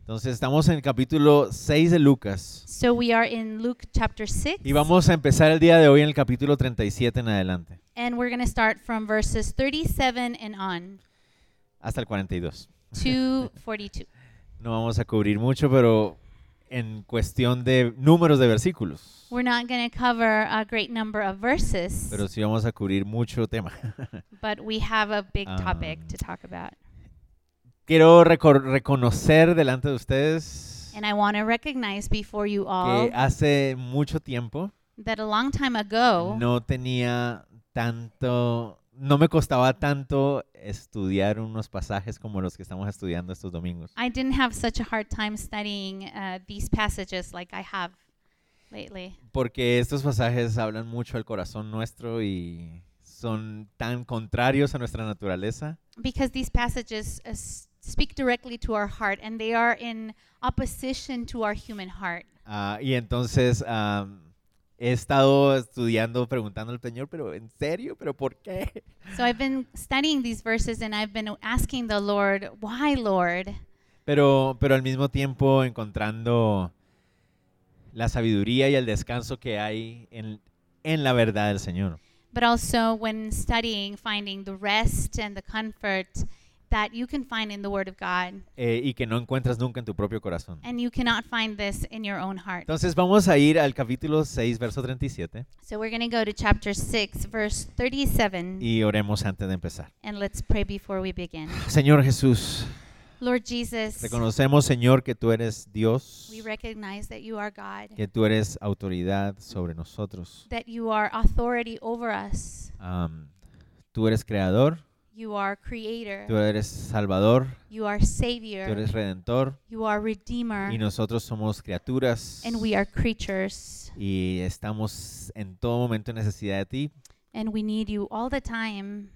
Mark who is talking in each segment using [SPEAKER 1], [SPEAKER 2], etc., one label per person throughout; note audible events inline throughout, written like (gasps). [SPEAKER 1] Entonces estamos en el capítulo 6 de Lucas.
[SPEAKER 2] So we are in Luke chapter 6,
[SPEAKER 1] Y vamos a empezar el día de hoy en el capítulo 37 en adelante,
[SPEAKER 2] and we're going to start from verses 37 and on
[SPEAKER 1] hasta el 42. (laughs)
[SPEAKER 2] to 42.
[SPEAKER 1] No vamos a cubrir mucho, pero en cuestión de números de versículos.
[SPEAKER 2] We're not going to cover a great number of verses,
[SPEAKER 1] Pero sí vamos a cubrir mucho tema.
[SPEAKER 2] but we have a big topic
[SPEAKER 1] Um,
[SPEAKER 2] to talk about.
[SPEAKER 1] Quiero recor- reconocer delante de ustedes
[SPEAKER 2] And I want to recognize before you all
[SPEAKER 1] que hace mucho tiempo
[SPEAKER 2] that a long time ago,
[SPEAKER 1] no tenía tanto, no me costaba tanto estudiar unos pasajes como los que estamos estudiando estos domingos.
[SPEAKER 2] I didn't have such a hard time studying uh, these passages like I have lately.
[SPEAKER 1] Porque estos pasajes hablan mucho al corazón nuestro y son tan contrarios a nuestra naturaleza
[SPEAKER 2] because these passages uh, s- speak directly to our heart and they are in opposition to our human heart.
[SPEAKER 1] Ah, y entonces am, he estado estudiando, preguntando al Señor, pero ¿en serio? ¿Pero por qué? (laughs)
[SPEAKER 2] So I've been studying these verses and I've been asking the Lord, why, Lord?
[SPEAKER 1] Pero, pero al mismo tiempo encontrando la sabiduría y el descanso que hay en, en la verdad del Señor.
[SPEAKER 2] But also when studying, finding the rest and the comfort that you can find in the Word of God
[SPEAKER 1] eh, y que no encuentras nunca en tu propio corazón.
[SPEAKER 2] and you cannot find this in your own heart.
[SPEAKER 1] Entonces vamos a ir al capítulo 6, verso 37
[SPEAKER 2] So we're going to go to chapter 6, verse 37,
[SPEAKER 1] y oremos antes de empezar.
[SPEAKER 2] and let's pray before we begin.
[SPEAKER 1] Señor Jesús,
[SPEAKER 2] Lord Jesus,
[SPEAKER 1] reconocemos, Señor, que tú eres Dios,
[SPEAKER 2] we recognize that you are God.
[SPEAKER 1] que tú eres autoridad sobre nosotros.
[SPEAKER 2] that you are authority over us.
[SPEAKER 1] Am, tú eres creador,
[SPEAKER 2] You are
[SPEAKER 1] tú
[SPEAKER 2] creator.
[SPEAKER 1] eres salvador,
[SPEAKER 2] You are
[SPEAKER 1] tú
[SPEAKER 2] savior.
[SPEAKER 1] eres redentor
[SPEAKER 2] You are redeemer.
[SPEAKER 1] y nosotros somos criaturas
[SPEAKER 2] And we are creatures.
[SPEAKER 1] y estamos en todo momento en necesidad de ti
[SPEAKER 2] And we need you all the time.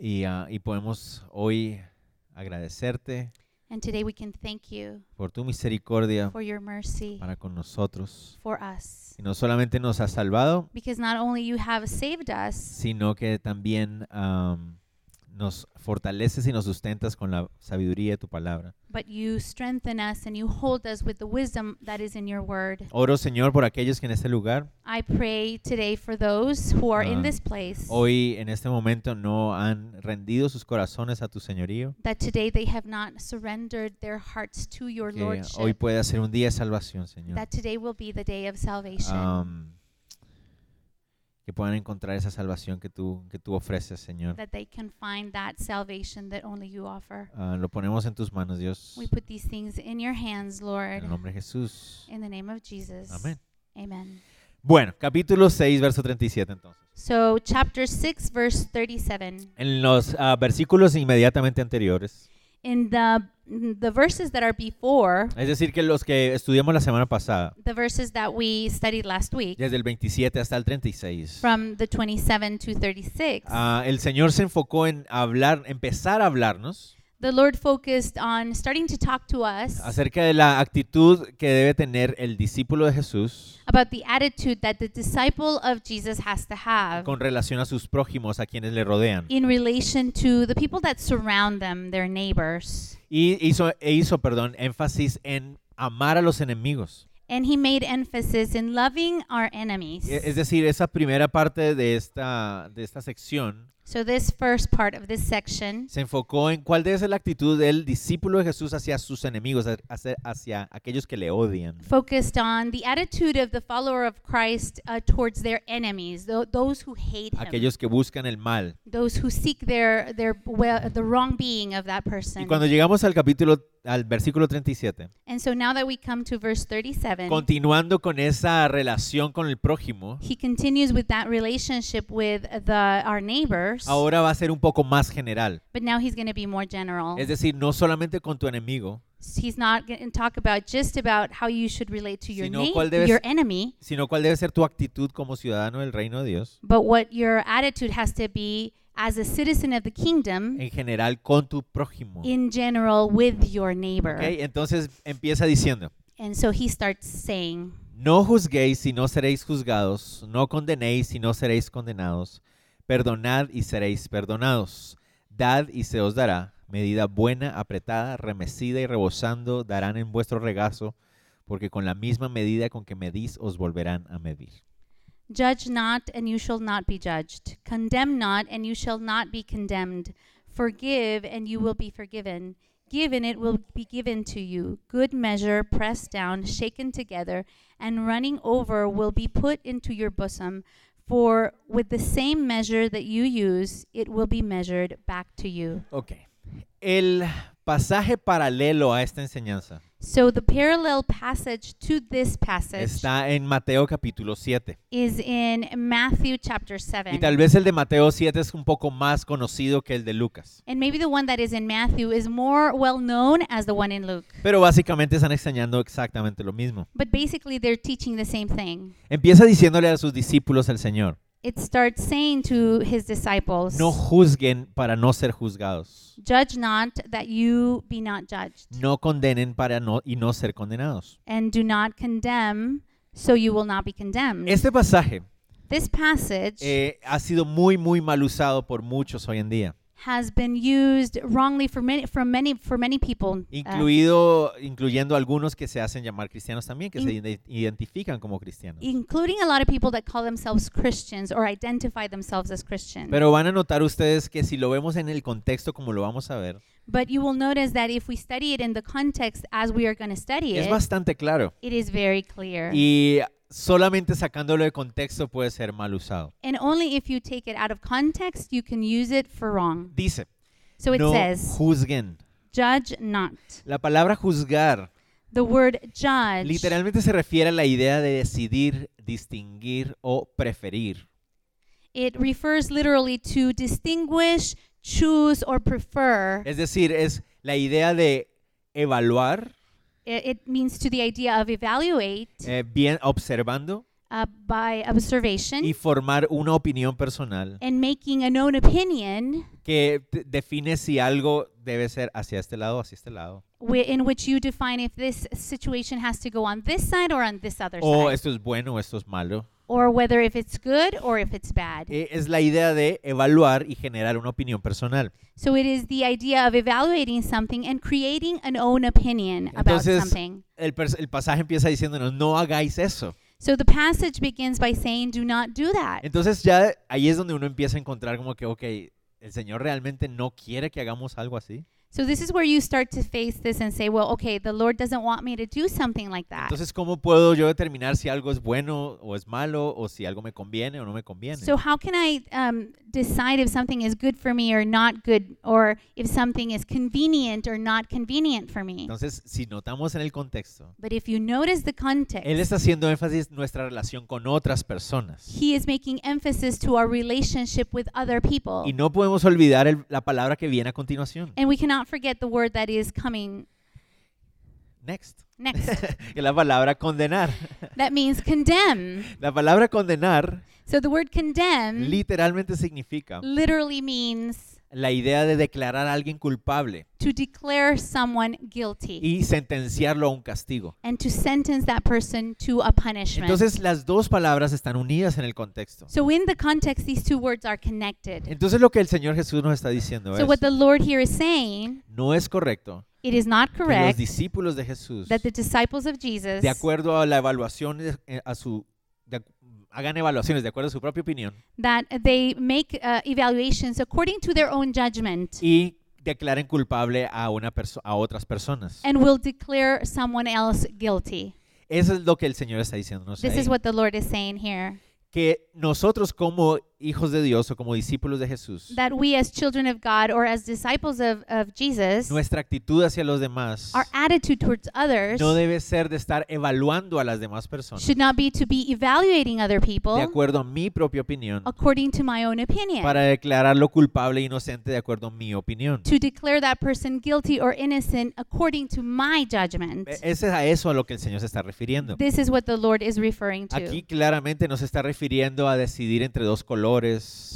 [SPEAKER 1] y, ah, y podemos hoy agradecerte
[SPEAKER 2] And today we can thank you
[SPEAKER 1] por tu misericordia
[SPEAKER 2] for your mercy
[SPEAKER 1] para con nosotros.
[SPEAKER 2] for us.
[SPEAKER 1] Y no solamente nos has salvado,
[SPEAKER 2] Because not only you have saved us,
[SPEAKER 1] sino que también am, nos fortaleces y nos sustentas con la sabiduría de tu palabra.
[SPEAKER 2] but you strengthen us and you hold us with the wisdom that is in your word.
[SPEAKER 1] Oro, Señor, por aquellos que en este lugar
[SPEAKER 2] I pray today for those who are
[SPEAKER 1] Ah.
[SPEAKER 2] in this place
[SPEAKER 1] hoy, en este momento, no han rendido sus corazones a tu señorío.
[SPEAKER 2] that today they have not surrendered their hearts to your
[SPEAKER 1] Que hoy
[SPEAKER 2] lordship.
[SPEAKER 1] pueda ser un día de salvación, Señor.
[SPEAKER 2] that today will be the day of salvation.
[SPEAKER 1] Am, que puedan encontrar esa salvación que tú, que tú ofreces, Señor.
[SPEAKER 2] that they can find that salvation that only you offer.
[SPEAKER 1] Ah, lo ponemos en tus manos, Dios.
[SPEAKER 2] We put these things in your hands,
[SPEAKER 1] En
[SPEAKER 2] Lord,
[SPEAKER 1] el nombre de Jesús.
[SPEAKER 2] in the name of Jesus.
[SPEAKER 1] Amén.
[SPEAKER 2] Amen.
[SPEAKER 1] Bueno, capítulo 6, verso 37 entonces.
[SPEAKER 2] So, chapter 6, verse 37.
[SPEAKER 1] En los ah, versículos inmediatamente anteriores,
[SPEAKER 2] In the the verses that are before
[SPEAKER 1] es decir, que los que estudiamos la semana pasada,
[SPEAKER 2] the verses that we studied last week,
[SPEAKER 1] desde el 27 hasta el 36,
[SPEAKER 2] from the 27 to 36,
[SPEAKER 1] ah, el Señor se enfocó en hablar, empezar a hablarnos
[SPEAKER 2] the Lord focused on starting to talk to us
[SPEAKER 1] acerca de la actitud que debe tener el discípulo de Jesús
[SPEAKER 2] about the attitude that the disciple of Jesus has to have.
[SPEAKER 1] con relación a sus prójimos, a quienes le rodean.
[SPEAKER 2] in relation to the people that surround them, their neighbors.
[SPEAKER 1] Y hizo, e hizo, perdón, énfasis en amar a los enemigos.
[SPEAKER 2] And he made emphasis in loving our enemies.
[SPEAKER 1] E- Es decir, esa primera parte de esta, de esta sección
[SPEAKER 2] So, this first part of this section
[SPEAKER 1] se enfocó en cuál debe ser la actitud del discípulo de Jesús hacia sus enemigos, ha- hacia, hacia aquellos que le odian.
[SPEAKER 2] focused on the attitude of the follower of Christ uh, towards their enemies, tho- those who hate him,
[SPEAKER 1] Aquellos que buscan el mal.
[SPEAKER 2] those who seek their, their well, the wrong being of that person.
[SPEAKER 1] Y cuando llegamos al capítulo, al versículo 37,
[SPEAKER 2] and so, now that we come to verse 37,
[SPEAKER 1] continuando con esa relación con el prójimo,
[SPEAKER 2] he continues with that relationship with the, our neighbors,
[SPEAKER 1] ahora va a ser un poco más general.
[SPEAKER 2] but now he's going to be more general.
[SPEAKER 1] Es decir, no solamente con tu enemigo,
[SPEAKER 2] he's not going to talk about just about how you should relate to your
[SPEAKER 1] Sino
[SPEAKER 2] neigh-
[SPEAKER 1] cuál debe
[SPEAKER 2] your
[SPEAKER 1] ser-
[SPEAKER 2] enemy,
[SPEAKER 1] sino cuál debe ser tu actitud como ciudadano del reino de Dios,
[SPEAKER 2] but what your attitude has to be as a citizen of the kingdom
[SPEAKER 1] en general con tu prójimo.
[SPEAKER 2] in general with your neighbor.
[SPEAKER 1] ¿Ok? Entonces empieza diciendo,
[SPEAKER 2] And so he starts saying,
[SPEAKER 1] No juzguéis y no seréis juzgados, no condenéis y no seréis condenados, perdonad y seréis perdonados, dad y se os dará, Medida buena, apretada, remecida y rebosando darán en vuestro regazo, porque con la misma medida con que medís os volverán a medir.
[SPEAKER 2] Judge not, and you shall not be judged. Condemn not, and you shall not be condemned. Forgive, and you will be forgiven. Give, and it will be given to you. Good measure, pressed down, shaken together, and running over, will be put into your bosom. For with the same measure that you use, it will be measured back to you.
[SPEAKER 1] Ok. El pasaje paralelo a esta enseñanza
[SPEAKER 2] So the parallel passage to this passage
[SPEAKER 1] está en Mateo capítulo 7.
[SPEAKER 2] is in Matthew chapter
[SPEAKER 1] Y
[SPEAKER 2] 7.
[SPEAKER 1] tal vez el de Mateo 7 es un poco más conocido que el de Lucas.
[SPEAKER 2] And maybe the one that is in Matthew is more well known as the one in Luke.
[SPEAKER 1] Pero básicamente están enseñando exactamente lo mismo.
[SPEAKER 2] But basically, they're teaching the same thing.
[SPEAKER 1] Empieza diciéndole a sus discípulos el Señor,
[SPEAKER 2] It starts saying to his disciples,
[SPEAKER 1] no juzguen para no ser juzgados.
[SPEAKER 2] Judge not that you be not judged,
[SPEAKER 1] No condenen para no y no ser condenados.
[SPEAKER 2] and do not condemn, so you will not be condemned.
[SPEAKER 1] Este pasaje
[SPEAKER 2] this passage
[SPEAKER 1] eh, ha sido muy, muy mal usado por muchos hoy en día,
[SPEAKER 2] has been used wrongly for many, for many, for many people. uh,
[SPEAKER 1] incluido, incluyendo algunos que se hacen llamar cristianos también, que se
[SPEAKER 2] In-
[SPEAKER 1] ide- identifican como cristianos.
[SPEAKER 2] including a lot of people that call themselves Christians or identify themselves as Christians.
[SPEAKER 1] Pero van a notar ustedes que si lo vemos en el contexto como lo vamos a ver,
[SPEAKER 2] but you will notice that if we study it in the context as we are going to study
[SPEAKER 1] es
[SPEAKER 2] it,
[SPEAKER 1] bastante claro.
[SPEAKER 2] it is very clear.
[SPEAKER 1] Y solamente sacándolo de contexto puede ser mal usado.
[SPEAKER 2] and only if you take it out of context, you can use it for wrong.
[SPEAKER 1] Dice,
[SPEAKER 2] So it
[SPEAKER 1] no
[SPEAKER 2] says,
[SPEAKER 1] juzguen.
[SPEAKER 2] judge not.
[SPEAKER 1] La palabra juzgar
[SPEAKER 2] The word judge
[SPEAKER 1] literalmente se refiere a la idea de decidir, distinguir o preferir.
[SPEAKER 2] it refers literally to distinguish, choose, or prefer.
[SPEAKER 1] Es decir, es la idea de evaluar,
[SPEAKER 2] It, it means to the idea of evaluate
[SPEAKER 1] eh, bien observando
[SPEAKER 2] uh, by observation
[SPEAKER 1] y formar una opinión personal
[SPEAKER 2] and making a known opinion
[SPEAKER 1] que te- define si algo debe ser hacia este lado o hacia este lado.
[SPEAKER 2] whi- in which you define if this situation has to go on this side or on this other
[SPEAKER 1] O
[SPEAKER 2] side,
[SPEAKER 1] esto Oh, es bueno o esto es malo.
[SPEAKER 2] or whether if it's good or if it's bad.
[SPEAKER 1] Eh, es la idea de evaluar y generar una opinión personal.
[SPEAKER 2] so it is the idea of evaluating something and creating an own opinion about
[SPEAKER 1] Entonces,
[SPEAKER 2] something.
[SPEAKER 1] El, pers- el pasaje empieza diciéndonos, no hagáis eso.
[SPEAKER 2] So the passage begins by saying, "Do not do that."
[SPEAKER 1] Entonces ya ahí es donde uno empieza a encontrar como que, ok, el Señor realmente no quiere que hagamos algo así.
[SPEAKER 2] So this is where you start to face this and say, "Well, okay, the Lord doesn't want me to do something like that."
[SPEAKER 1] Entonces, ¿cómo puedo yo determinar si algo es bueno o es malo o si algo me conviene o no me conviene?
[SPEAKER 2] So how can I um, decide if something is good for me or not good, or if something is convenient or not convenient for me?
[SPEAKER 1] Entonces, si notamos en el contexto,
[SPEAKER 2] But if you notice the context,
[SPEAKER 1] Él está haciendo énfasis en nuestra relación con otras personas.
[SPEAKER 2] he is making emphasis to our relationship with other people.
[SPEAKER 1] Y no podemos olvidar el- la palabra que viene a continuación.
[SPEAKER 2] and we cannot forget the word that is coming
[SPEAKER 1] Next. (laughs)
[SPEAKER 2] next.
[SPEAKER 1] que es la palabra condenar. (laughs)
[SPEAKER 2] that means condemn.
[SPEAKER 1] La palabra condenar
[SPEAKER 2] So the word condemn
[SPEAKER 1] literalmente significa
[SPEAKER 2] literally means
[SPEAKER 1] la idea de declarar a alguien culpable
[SPEAKER 2] to declare someone guilty
[SPEAKER 1] y sentenciarlo a un castigo.
[SPEAKER 2] and to sentence that person to a punishment.
[SPEAKER 1] Entonces las dos palabras están unidas en el contexto.
[SPEAKER 2] so in the context, these two words are connected.
[SPEAKER 1] Entonces lo que el Señor Jesús nos está diciendo
[SPEAKER 2] So what
[SPEAKER 1] es,
[SPEAKER 2] the Lord here is saying,
[SPEAKER 1] no es correcto
[SPEAKER 2] it is not
[SPEAKER 1] que los
[SPEAKER 2] correct
[SPEAKER 1] discípulos de Jesús,
[SPEAKER 2] that the disciples of Jesus
[SPEAKER 1] de acuerdo a la evaluación, de- eh, a su, de ac- hagan evaluaciones de acuerdo a su propia opinión
[SPEAKER 2] that they make uh, evaluations according to their own judgment
[SPEAKER 1] y declaren culpable a, una perso- a otras personas.
[SPEAKER 2] and will declare someone else guilty.
[SPEAKER 1] Eso es lo que el Señor está diciéndonos.
[SPEAKER 2] This
[SPEAKER 1] ahí.
[SPEAKER 2] is what the Lord is saying here
[SPEAKER 1] que nosotros como hijos de Dios o como discípulos de Jesús,
[SPEAKER 2] that we, as children of God or as disciples of, of Jesus,
[SPEAKER 1] nuestra actitud hacia los demás
[SPEAKER 2] our attitude towards others
[SPEAKER 1] no debe ser de estar evaluando a las demás personas
[SPEAKER 2] should not be to be evaluating other
[SPEAKER 1] de
[SPEAKER 2] people
[SPEAKER 1] acuerdo a mi propia opinión
[SPEAKER 2] according to my own opinion.
[SPEAKER 1] para declararlo culpable e inocente de acuerdo a mi opinión.
[SPEAKER 2] to declare that person guilty or innocent according to my judgment.
[SPEAKER 1] E- Ese es a eso a lo que el Señor se está refiriendo.
[SPEAKER 2] This is what the Lord is referring to.
[SPEAKER 1] Aquí claramente no se está refiriendo a decidir entre dos colores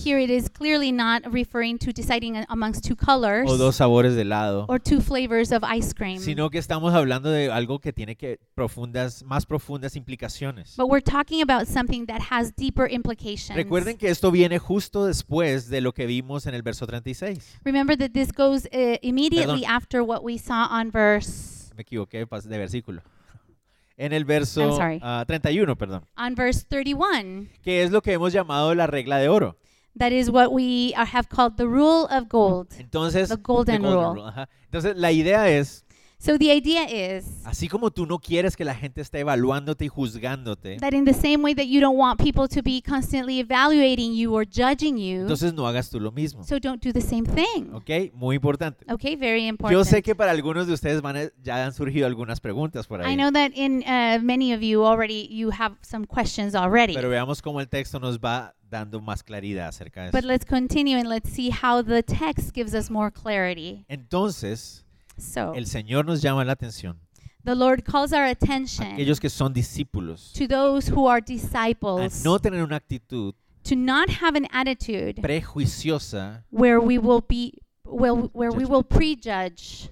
[SPEAKER 2] Here it is clearly not referring to deciding amongst two colors
[SPEAKER 1] o dos sabores de helado,
[SPEAKER 2] or two flavors of ice cream.
[SPEAKER 1] sino que estamos hablando de algo que tiene que profundas, más profundas implicaciones.
[SPEAKER 2] But we're talking about something that has deeper implications.
[SPEAKER 1] Recuerden que esto viene justo después de lo que vimos en el verso 36.
[SPEAKER 2] Remember that this goes uh, immediately after what we saw on verse
[SPEAKER 1] Me equivoqué pas- de versículo. En el verso
[SPEAKER 2] sorry.
[SPEAKER 1] ah, 31, perdón,
[SPEAKER 2] on verse 31.
[SPEAKER 1] que es lo que hemos llamado la regla de oro.
[SPEAKER 2] That is what we uh, have called the rule of gold.
[SPEAKER 1] Entonces,
[SPEAKER 2] The golden rule.
[SPEAKER 1] ajá. Entonces, la idea es,
[SPEAKER 2] So the idea is
[SPEAKER 1] así como tú no quieres que la gente esté evaluándote y juzgándote,
[SPEAKER 2] that in the same way that you don't want people to be constantly evaluating you or judging you,
[SPEAKER 1] entonces no hagas tú lo mismo.
[SPEAKER 2] so don't do the same thing.
[SPEAKER 1] ¿Ok? Muy importante.
[SPEAKER 2] Okay, very
[SPEAKER 1] Yo sé
[SPEAKER 2] important.
[SPEAKER 1] que para algunos de ustedes van a- ya han surgido algunas preguntas por
[SPEAKER 2] I
[SPEAKER 1] ahí.
[SPEAKER 2] know that in uh, many of you already you have some questions already.
[SPEAKER 1] Pero veamos cómo el texto nos va dando más claridad acerca de
[SPEAKER 2] But
[SPEAKER 1] eso.
[SPEAKER 2] let's continue and let's see how the text gives us more clarity.
[SPEAKER 1] Entonces,
[SPEAKER 2] So,
[SPEAKER 1] el Señor nos llama la atención.
[SPEAKER 2] the Lord calls our
[SPEAKER 1] Aquellos
[SPEAKER 2] attention
[SPEAKER 1] que son discípulos,
[SPEAKER 2] to those who are
[SPEAKER 1] a
[SPEAKER 2] disciples
[SPEAKER 1] no tener una actitud
[SPEAKER 2] to not have an attitude
[SPEAKER 1] prejuiciosa
[SPEAKER 2] where we will be will where we will prejudge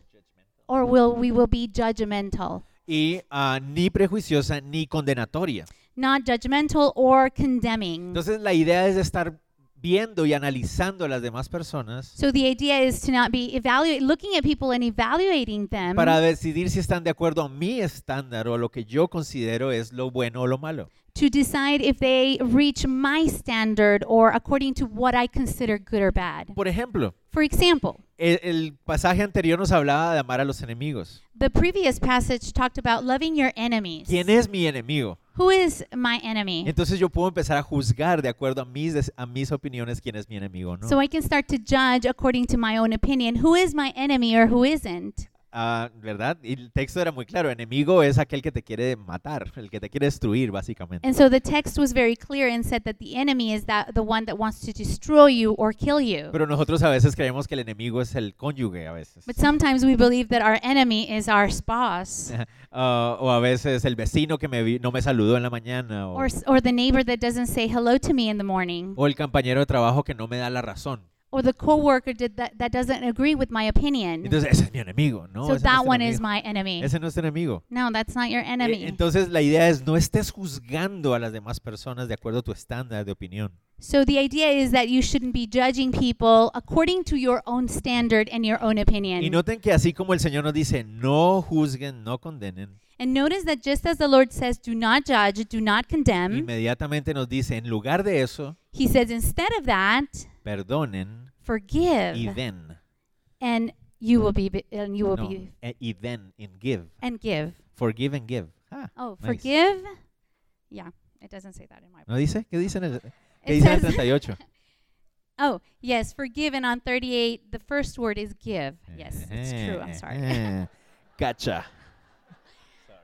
[SPEAKER 2] or will we will be judgmental.
[SPEAKER 1] y ah, ni prejuiciosa ni condenatoria.
[SPEAKER 2] Not judgmental or condemning.
[SPEAKER 1] Entonces, la idea es estar viendo y analizando a las demás personas
[SPEAKER 2] So the idea is to not be evaluate looking at people and evaluating them
[SPEAKER 1] para decidir si están de acuerdo a mi estándar o a lo que yo considero es lo bueno o lo malo.
[SPEAKER 2] to decide if they reach my standard or according to what I consider good or bad.
[SPEAKER 1] Por ejemplo,
[SPEAKER 2] For example,
[SPEAKER 1] el, el pasaje anterior nos hablaba de amar a los enemigos.
[SPEAKER 2] The previous passage talked about loving your enemies.
[SPEAKER 1] ¿Quién es mi enemigo?
[SPEAKER 2] Who is my enemy?
[SPEAKER 1] Entonces yo puedo empezar a juzgar de acuerdo a mis, des- a mis opiniones quién es mi enemigo o no.
[SPEAKER 2] So I can start to judge according to my own opinion who is my enemy or who isn't.
[SPEAKER 1] Ah, ¿Verdad? Y el texto era muy claro. Enemigo es aquel que te quiere matar, el que te quiere destruir, básicamente.
[SPEAKER 2] And so the text was very clear and said that the enemy is that the one that wants to destroy you or kill you.
[SPEAKER 1] Pero nosotros a veces creemos que el enemigo es el cónyuge, a veces.
[SPEAKER 2] But sometimes we believe that our enemy is our spouse
[SPEAKER 1] Ah, o a veces el vecino que me vi- no me saludó en la mañana. O,
[SPEAKER 2] or s- or the neighbor that doesn't say hello to me in the morning
[SPEAKER 1] o el compañero de trabajo que no me da la razón.
[SPEAKER 2] or the coworker did that that doesn't agree with my opinion.
[SPEAKER 1] Entonces, ese es mi enemigo, ¿no?
[SPEAKER 2] Mm.
[SPEAKER 1] ese
[SPEAKER 2] So
[SPEAKER 1] no es
[SPEAKER 2] that
[SPEAKER 1] tu
[SPEAKER 2] one
[SPEAKER 1] enemigo.
[SPEAKER 2] is my enemy.
[SPEAKER 1] Ese no es tu enemigo.
[SPEAKER 2] No, that's not your
[SPEAKER 1] E-
[SPEAKER 2] enemy.
[SPEAKER 1] Entonces la idea es no estés juzgando a las demás personas de acuerdo a tu estándar de opinión.
[SPEAKER 2] So the idea is that you shouldn't be judging people according to your own standard and your own opinion.
[SPEAKER 1] Y noten que así como el Señor nos dice, no juzguen, no condenen,
[SPEAKER 2] and notice that just as the Lord says, do not judge, do not condemn,
[SPEAKER 1] inmediatamente nos dice, en lugar de eso,
[SPEAKER 2] he says instead of that,
[SPEAKER 1] perdonen
[SPEAKER 2] forgive
[SPEAKER 1] y den.
[SPEAKER 2] and you will be and you will
[SPEAKER 1] No,
[SPEAKER 2] be
[SPEAKER 1] eh, y den, and give.
[SPEAKER 2] and give.
[SPEAKER 1] Forgive and give. Ah,
[SPEAKER 2] Oh,
[SPEAKER 1] nice.
[SPEAKER 2] forgive? Yeah, it doesn't say that in my
[SPEAKER 1] ¿No dice? ¿Qué dice en el, qué
[SPEAKER 2] It
[SPEAKER 1] dice en el
[SPEAKER 2] says-
[SPEAKER 1] 38?
[SPEAKER 2] (laughs) Oh, yes, forgive and on 38 the first word is give.
[SPEAKER 1] Eh,
[SPEAKER 2] Yes, it's true. I'm sorry. (laughs)
[SPEAKER 1] Cacha.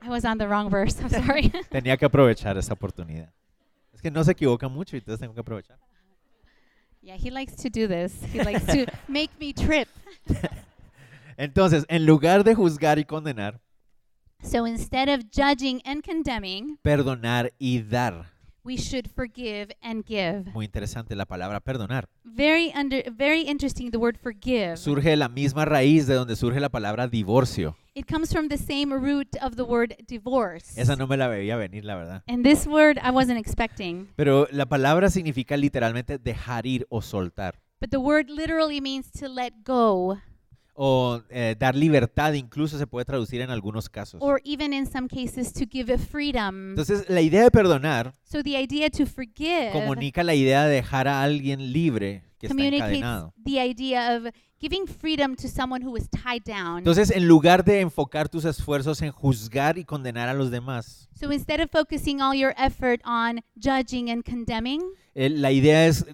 [SPEAKER 2] I was on the wrong verse. I'm sorry. (laughs)
[SPEAKER 1] Tenía que aprovechar esa oportunidad. Es que no se equivoca mucho y entonces tengo que aprovechar.
[SPEAKER 2] yeah, he likes to do this. He
[SPEAKER 1] (laughs)
[SPEAKER 2] likes to make me trip.
[SPEAKER 1] Entonces, en lugar de juzgar y condenar,
[SPEAKER 2] So instead of judging and condemning,
[SPEAKER 1] perdonar y dar.
[SPEAKER 2] we should forgive and give.
[SPEAKER 1] Muy interesante la palabra perdonar.
[SPEAKER 2] Very under very interesting the word forgive.
[SPEAKER 1] Surge de la misma raíz de donde surge la palabra divorcio.
[SPEAKER 2] It comes from the same root of the word divorce.
[SPEAKER 1] Esa no me la veía venir, la verdad.
[SPEAKER 2] And this word I wasn't expecting,
[SPEAKER 1] Pero la palabra significa literalmente dejar ir o soltar.
[SPEAKER 2] but the word literally means to let go
[SPEAKER 1] O eh, dar libertad, incluso se puede traducir en algunos casos.
[SPEAKER 2] or even in some cases to give a freedom.
[SPEAKER 1] Entonces, la idea de perdonar
[SPEAKER 2] So the idea to forgive
[SPEAKER 1] comunica la idea de dejar a alguien libre que está
[SPEAKER 2] communicates
[SPEAKER 1] encadenado.
[SPEAKER 2] the idea of giving freedom to someone who is tied down.
[SPEAKER 1] Entonces, en lugar de enfocar tus esfuerzos en juzgar y condenar a los demás,
[SPEAKER 2] So instead of focusing all your effort on judging and condemning,
[SPEAKER 1] eh, la idea es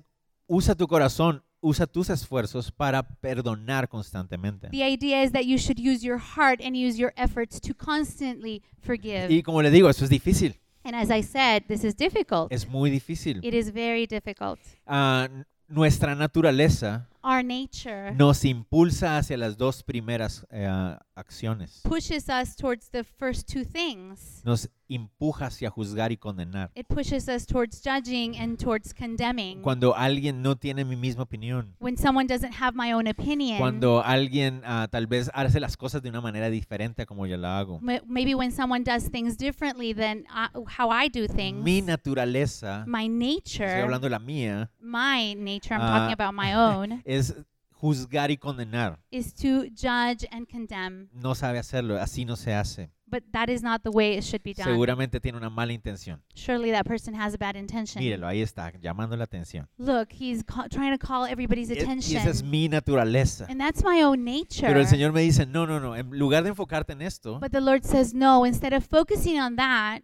[SPEAKER 1] usa tu corazón, usa tus esfuerzos para perdonar constantemente.
[SPEAKER 2] The idea is that you should use your heart and use your efforts to constantly forgive.
[SPEAKER 1] Y como les digo, eso es difícil,
[SPEAKER 2] and as I said, this is difficult.
[SPEAKER 1] es muy difícil.
[SPEAKER 2] It is very difficult.
[SPEAKER 1] Ah, nuestra naturaleza
[SPEAKER 2] Our nature
[SPEAKER 1] nos impulsa hacia las dos primeras eh, acciones.
[SPEAKER 2] pushes us towards the first two things.
[SPEAKER 1] Nos empuja hacia juzgar y condenar.
[SPEAKER 2] It pushes us towards judging and towards condemning.
[SPEAKER 1] Cuando alguien no tiene mi misma opinión,
[SPEAKER 2] when someone doesn't have my own opinion.
[SPEAKER 1] cuando alguien ah, tal vez hace las cosas de una manera diferente a como yo la hago,
[SPEAKER 2] m- maybe when someone does things differently than I, how I do things.
[SPEAKER 1] mi naturaleza,
[SPEAKER 2] my
[SPEAKER 1] estoy
[SPEAKER 2] nature,
[SPEAKER 1] hablando de la mía,
[SPEAKER 2] my nature, I'm
[SPEAKER 1] Ah.
[SPEAKER 2] talking about my own, (laughs)
[SPEAKER 1] es juzgar y condenar.
[SPEAKER 2] is to judge and condemn.
[SPEAKER 1] No sabe hacerlo, así no se hace.
[SPEAKER 2] But that is not the way it should be done.
[SPEAKER 1] Seguramente tiene una mala intención.
[SPEAKER 2] Surely that person has a bad intention.
[SPEAKER 1] Mírelo, ahí está, llamando la atención.
[SPEAKER 2] Look, he's ca- trying to call everybody's
[SPEAKER 1] E- Y
[SPEAKER 2] attention.
[SPEAKER 1] esa es mi naturaleza.
[SPEAKER 2] and that's my own nature.
[SPEAKER 1] Pero el Señor me dice, no, no, no, en lugar de enfocarte en esto,
[SPEAKER 2] But the Lord says, no, instead of focusing on that,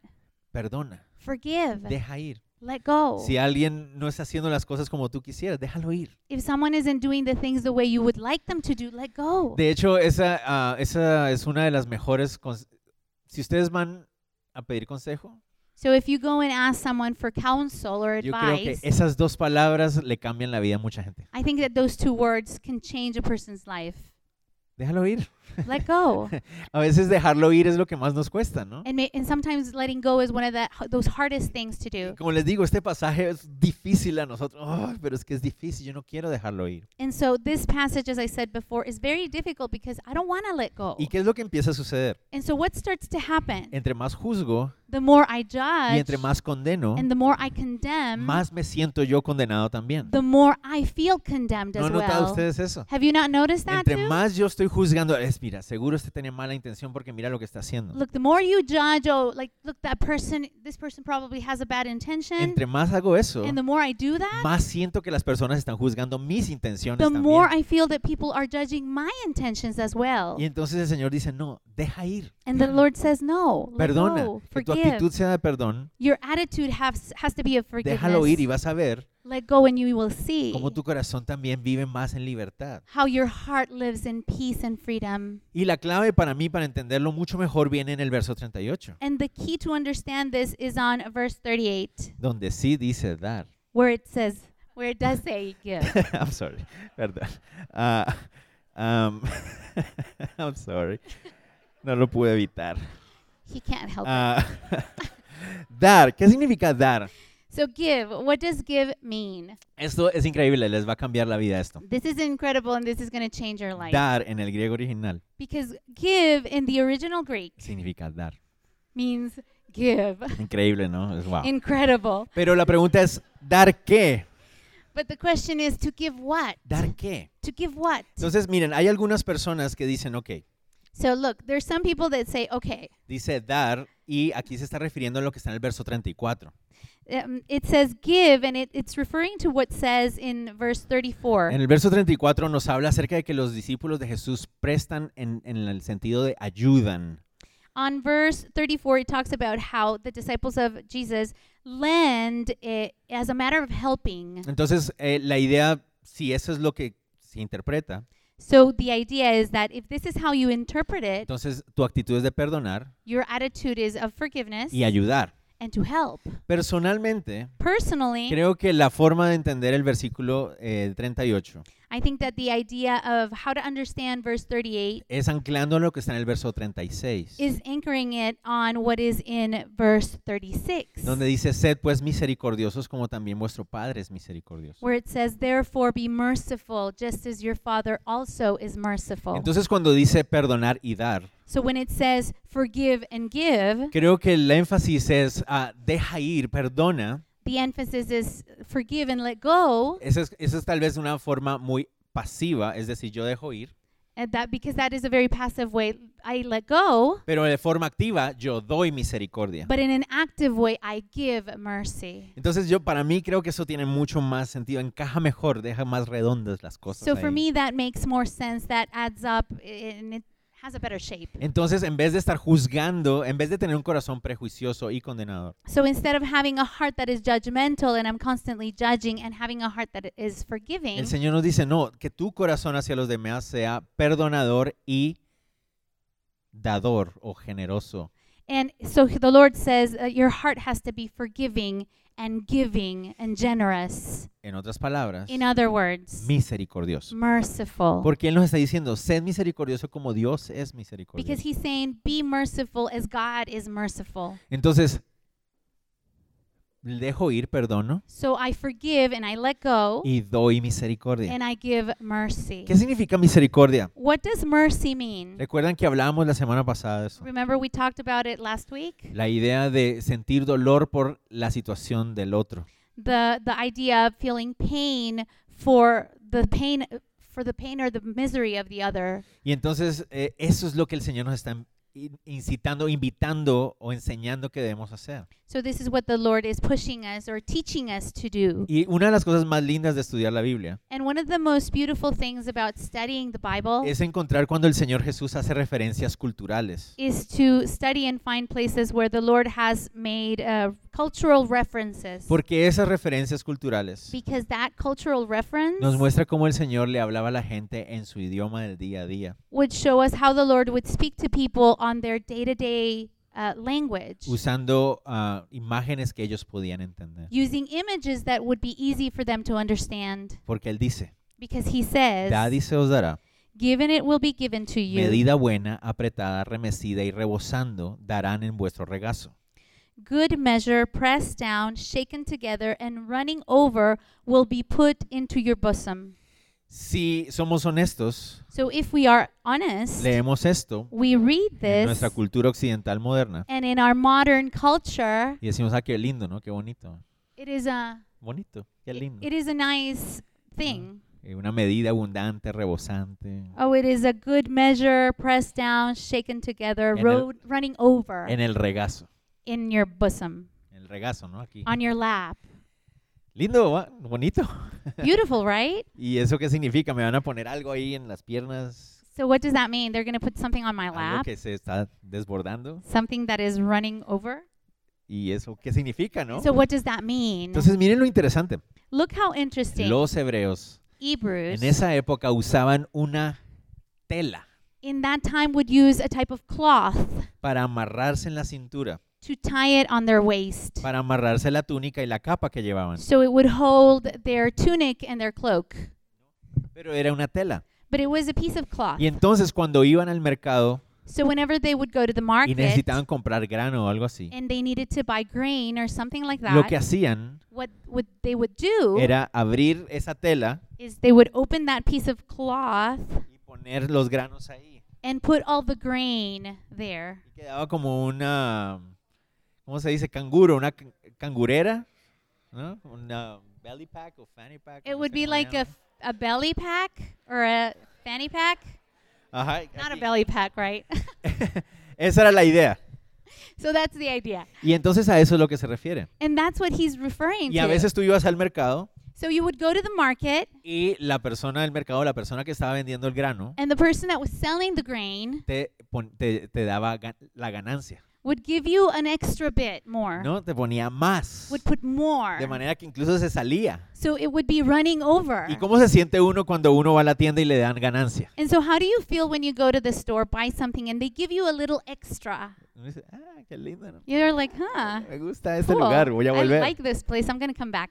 [SPEAKER 1] perdona,
[SPEAKER 2] forgive,
[SPEAKER 1] deja ir.
[SPEAKER 2] let go.
[SPEAKER 1] Si alguien no está haciendo las cosas como tú quisieras, déjalo ir.
[SPEAKER 2] if someone isn't doing the things the way you would like them to do, let go.
[SPEAKER 1] De hecho, esa, ah, esa es una de las mejores... cons- Si ustedes van a pedir consejo,
[SPEAKER 2] so if you go and ask someone for counsel or
[SPEAKER 1] yo creo que
[SPEAKER 2] advice,
[SPEAKER 1] esas dos palabras le cambian la vida a mucha gente.
[SPEAKER 2] I think that those two words can change a person's life.
[SPEAKER 1] Déjalo ir.
[SPEAKER 2] Let
[SPEAKER 1] (laughs)
[SPEAKER 2] go.
[SPEAKER 1] A veces dejarlo ir es lo que más nos cuesta, ¿no?
[SPEAKER 2] and, ma- and sometimes letting go is one of the, those hardest things to do.
[SPEAKER 1] Como les digo, este pasaje es difícil a nosotros, Ay, pero es que es difícil, yo no quiero dejarlo ir.
[SPEAKER 2] And so this passage, as I said before, is very difficult because I don't want to let go.
[SPEAKER 1] ¿Y qué es lo que empieza a suceder?
[SPEAKER 2] And so what starts to happen?
[SPEAKER 1] Entre más juzgo
[SPEAKER 2] The more I
[SPEAKER 1] y
[SPEAKER 2] judge
[SPEAKER 1] entre más condeno,
[SPEAKER 2] and the more I condemn,
[SPEAKER 1] más me siento yo condenado también.
[SPEAKER 2] the more I feel condemned
[SPEAKER 1] ¿No
[SPEAKER 2] as
[SPEAKER 1] han notado
[SPEAKER 2] well.
[SPEAKER 1] ustedes eso?
[SPEAKER 2] Have you not noticed that
[SPEAKER 1] Entre
[SPEAKER 2] too?
[SPEAKER 1] más yo estoy juzgando, es mira, seguro usted tenía mala intención porque mira lo que está haciendo.
[SPEAKER 2] Look, the more you judge, oh, like, look, that person, this person probably has a bad intention.
[SPEAKER 1] Entre más hago eso,
[SPEAKER 2] And the more I do that,
[SPEAKER 1] más siento que las personas están juzgando mis intenciones
[SPEAKER 2] the more
[SPEAKER 1] también.
[SPEAKER 2] I feel that people are judging my intentions as well.
[SPEAKER 1] Y entonces el Señor dice, no, deja ir,
[SPEAKER 2] And the Lord says, no, let
[SPEAKER 1] perdona,
[SPEAKER 2] go,
[SPEAKER 1] que tu
[SPEAKER 2] "Oh, forgive.
[SPEAKER 1] actitud sea de perdón,
[SPEAKER 2] Your attitude has, has to be of
[SPEAKER 1] déjalo ir y
[SPEAKER 2] forgiveness.
[SPEAKER 1] vas a ver
[SPEAKER 2] Let go and you will see
[SPEAKER 1] cómo tu corazón también vive más en libertad.
[SPEAKER 2] how your heart lives in peace and freedom.
[SPEAKER 1] Y la clave para mí, para entenderlo mucho mejor, viene en el verso 38,
[SPEAKER 2] And the key to understand this is on verse 38,
[SPEAKER 1] donde sí dice dar. (laughs)
[SPEAKER 2] where it says, where it does say give.
[SPEAKER 1] I'm sorry, perdón. Ah, um, (laughs) I'm sorry. No lo pude evitar.
[SPEAKER 2] he can't help it.
[SPEAKER 1] Ah, (laughs) dar, ¿qué significa dar?
[SPEAKER 2] So give, what does give mean?
[SPEAKER 1] Esto es increíble, les va a cambiar la vida esto.
[SPEAKER 2] This is incredible and this is going to change your life.
[SPEAKER 1] Dar en el griego original
[SPEAKER 2] Because give in the original Greek
[SPEAKER 1] significa dar. (laughs)
[SPEAKER 2] means give.
[SPEAKER 1] Increíble, ¿no? Es wow.
[SPEAKER 2] Incredible.
[SPEAKER 1] Pero la pregunta es, ¿dar qué?
[SPEAKER 2] But the question is to give what?
[SPEAKER 1] ¿Dar qué?
[SPEAKER 2] To give what?
[SPEAKER 1] Entonces, miren, hay algunas personas que dicen, ok,
[SPEAKER 2] So look, there's some people that say, okay,
[SPEAKER 1] dice dar y aquí se está refiriendo a lo que está en el verso 34.
[SPEAKER 2] um, it says give and it, it's referring to what says in verse 34.
[SPEAKER 1] En el verso 34 nos habla acerca de que los discípulos de Jesús prestan en, en el sentido de ayudan.
[SPEAKER 2] On verse 34, it talks about how the disciples of Jesus lend it as a matter of helping.
[SPEAKER 1] Entonces, eh, la idea, si eso es lo que se interpreta,
[SPEAKER 2] So the idea is that if this is how you interpret it,
[SPEAKER 1] entonces tu actitud es de perdonar
[SPEAKER 2] your attitude is of forgiveness
[SPEAKER 1] y ayudar.
[SPEAKER 2] and to help.
[SPEAKER 1] Personalmente,
[SPEAKER 2] Personally,
[SPEAKER 1] creo que la forma de entender el versículo eh, 38
[SPEAKER 2] I think that the idea of how to understand verse 38
[SPEAKER 1] es anclando lo que está en el verso 36,
[SPEAKER 2] is anchoring it on what is in verse 36,
[SPEAKER 1] donde dice, sed pues misericordiosos como también vuestro Padre es misericordioso.
[SPEAKER 2] where it says, Therefore be merciful, just as your Father also is merciful.
[SPEAKER 1] Entonces, cuando dice perdonar y dar,
[SPEAKER 2] so when it says forgive and give,
[SPEAKER 1] Creo que el énfasis es ah, deja ir, perdona.
[SPEAKER 2] the emphasis is forgive and let go,
[SPEAKER 1] Esa es, esa es tal vez una forma muy pasiva, es decir, yo dejo ir.
[SPEAKER 2] and that because that is a very passive way, I let go,
[SPEAKER 1] Pero de forma activa, yo doy misericordia.
[SPEAKER 2] but in an active way, I give mercy.
[SPEAKER 1] Entonces yo, para mí, creo que eso tiene mucho más sentido, encaja mejor, deja más redondas las cosas.
[SPEAKER 2] So for
[SPEAKER 1] ahí.
[SPEAKER 2] me, that makes more sense. That adds up i- and it has a better shape.
[SPEAKER 1] Entonces, en vez de estar juzgando, en vez de tener un corazón prejuicioso y condenador,
[SPEAKER 2] So instead of having a heart that is judgmental and I'm constantly judging and having a heart that is forgiving,
[SPEAKER 1] el Señor nos dice, no, que tu corazón hacia los demás sea perdonador y dador o generoso.
[SPEAKER 2] And so the Lord says uh, your heart has to be forgiving and giving and generous.
[SPEAKER 1] En otras palabras,
[SPEAKER 2] In other words,
[SPEAKER 1] misericordioso.
[SPEAKER 2] merciful.
[SPEAKER 1] Porque Él nos está diciendo, sed misericordioso como Dios es
[SPEAKER 2] Because
[SPEAKER 1] misericordioso.
[SPEAKER 2] he's saying, be merciful as God is merciful.
[SPEAKER 1] Entonces, dejo ir, perdono
[SPEAKER 2] So I forgive and I let go
[SPEAKER 1] y doy misericordia.
[SPEAKER 2] and I give mercy.
[SPEAKER 1] ¿Qué significa misericordia?
[SPEAKER 2] What does mercy mean?
[SPEAKER 1] Recuerdan que hablábamos la semana pasada de eso.
[SPEAKER 2] Remember, we talked about it last week?
[SPEAKER 1] La idea de sentir dolor por la situación del otro.
[SPEAKER 2] The, the idea of feeling pain for the pain for the pain or the misery of the other.
[SPEAKER 1] Y entonces eh, eso es lo que el Señor nos está in- incitando, invitando o enseñando que debemos hacer.
[SPEAKER 2] So this is what the Lord is pushing us or teaching us to do.
[SPEAKER 1] Y una de las cosas más lindas de estudiar la Biblia
[SPEAKER 2] And one of the most beautiful things about studying the Bible
[SPEAKER 1] es encontrar cuando el Señor Jesús hace referencias culturales.
[SPEAKER 2] is to study and find places where the Lord has made uh, cultural references.
[SPEAKER 1] Porque esas referencias culturales
[SPEAKER 2] Because that cultural reference
[SPEAKER 1] nos muestra cómo el Señor le hablaba a la gente en su idioma del día a día,
[SPEAKER 2] would show us how the Lord would speak to people on their day to day language,
[SPEAKER 1] usando ah, imágenes que ellos podían entender.
[SPEAKER 2] using images that would be easy for them to understand.
[SPEAKER 1] Porque Él dice,
[SPEAKER 2] Because He says,
[SPEAKER 1] dad y se os dará,
[SPEAKER 2] Given it will be given to you.
[SPEAKER 1] medida buena, apretada, remecida y rebosando, darán en vuestro regazo.
[SPEAKER 2] Good measure, pressed down, shaken together, and running over will be put into your bosom.
[SPEAKER 1] Si somos honestos,
[SPEAKER 2] So if we are honest,
[SPEAKER 1] leemos esto
[SPEAKER 2] we read
[SPEAKER 1] en
[SPEAKER 2] this
[SPEAKER 1] nuestra cultura occidental moderna
[SPEAKER 2] and in our modern culture,
[SPEAKER 1] y decimos, ah, qué lindo, ¿no? Qué bonito.
[SPEAKER 2] it is a
[SPEAKER 1] Bonito, qué
[SPEAKER 2] it,
[SPEAKER 1] lindo.
[SPEAKER 2] it is a nice thing.
[SPEAKER 1] Eh, Una medida abundante, rebosante.
[SPEAKER 2] Oh, it is a good measure, pressed down, shaken together,
[SPEAKER 1] En el-
[SPEAKER 2] road running over
[SPEAKER 1] En el regazo.
[SPEAKER 2] in your bosom,
[SPEAKER 1] En el regazo, ¿no? Aquí.
[SPEAKER 2] on
[SPEAKER 1] (laughs)
[SPEAKER 2] your lap.
[SPEAKER 1] Lindo, ¿va? bonito. (laughs)
[SPEAKER 2] Beautiful, right?
[SPEAKER 1] ¿Y eso qué significa? ¿Me van a poner algo ahí en las piernas?
[SPEAKER 2] So what does that mean? They're going to put something on my
[SPEAKER 1] Algo
[SPEAKER 2] lap,
[SPEAKER 1] que se está desbordando.
[SPEAKER 2] something that is running over.
[SPEAKER 1] ¿Y eso qué significa, no?
[SPEAKER 2] So what does that mean?
[SPEAKER 1] Entonces, miren lo interesante.
[SPEAKER 2] Look how interesting.
[SPEAKER 1] Los hebreos
[SPEAKER 2] Hebrews
[SPEAKER 1] en esa época usaban una tela
[SPEAKER 2] in that time would use a type of cloth
[SPEAKER 1] para amarrarse en la cintura,
[SPEAKER 2] to tie it on their waist.
[SPEAKER 1] para amarrarse la túnica y la capa que llevaban.
[SPEAKER 2] So it would hold their tunic and their cloak.
[SPEAKER 1] Pero era una tela.
[SPEAKER 2] But it was a piece of cloth.
[SPEAKER 1] Y entonces, cuando iban al mercado
[SPEAKER 2] So whenever they would go to the
[SPEAKER 1] y
[SPEAKER 2] market
[SPEAKER 1] necesitaban comprar grano o algo así,
[SPEAKER 2] and they needed to buy grain or something like
[SPEAKER 1] lo que
[SPEAKER 2] that,
[SPEAKER 1] hacían
[SPEAKER 2] what would they would do
[SPEAKER 1] era abrir esa tela
[SPEAKER 2] is they would open that piece of cloth
[SPEAKER 1] y poner los granos ahí.
[SPEAKER 2] and put all the grain there.
[SPEAKER 1] Y quedaba como una, ¿cómo se dice? Canguro, una can- cangurera, ¿no? Una belly pack o fanny pack.
[SPEAKER 2] It
[SPEAKER 1] no
[SPEAKER 2] would
[SPEAKER 1] sé
[SPEAKER 2] be
[SPEAKER 1] cómo
[SPEAKER 2] like a,
[SPEAKER 1] llaman.
[SPEAKER 2] a belly pack or a fanny pack.
[SPEAKER 1] Ajá,
[SPEAKER 2] Not a
[SPEAKER 1] aquí.
[SPEAKER 2] belly pack, right? (laughs)
[SPEAKER 1] Esa era la idea.
[SPEAKER 2] so that's the idea.
[SPEAKER 1] Y entonces a eso es lo que se refiere.
[SPEAKER 2] And that's what he's referring
[SPEAKER 1] Y a
[SPEAKER 2] to.
[SPEAKER 1] veces tú ibas al mercado
[SPEAKER 2] so you would go to the market
[SPEAKER 1] y la persona del mercado, la persona que estaba vendiendo el grano,
[SPEAKER 2] and the person that was selling the grain
[SPEAKER 1] te, pon- te, te daba ga- la ganancia,
[SPEAKER 2] would give you an extra bit more.
[SPEAKER 1] ¿no? Te ponía más.
[SPEAKER 2] Would put more.
[SPEAKER 1] De manera que incluso se salía.
[SPEAKER 2] So it would be running over.
[SPEAKER 1] ¿Y cómo se siente uno cuando uno va a la tienda y le dan ganancia?
[SPEAKER 2] And so, how do you feel when you go to the store, buy something, and they give you a little extra?
[SPEAKER 1] Uno dice, ah, qué lindo, ¿no?
[SPEAKER 2] You're like, huh?
[SPEAKER 1] Me gusta este
[SPEAKER 2] cool.
[SPEAKER 1] lugar, voy a
[SPEAKER 2] I
[SPEAKER 1] volver.
[SPEAKER 2] like this place. I'm going to come back.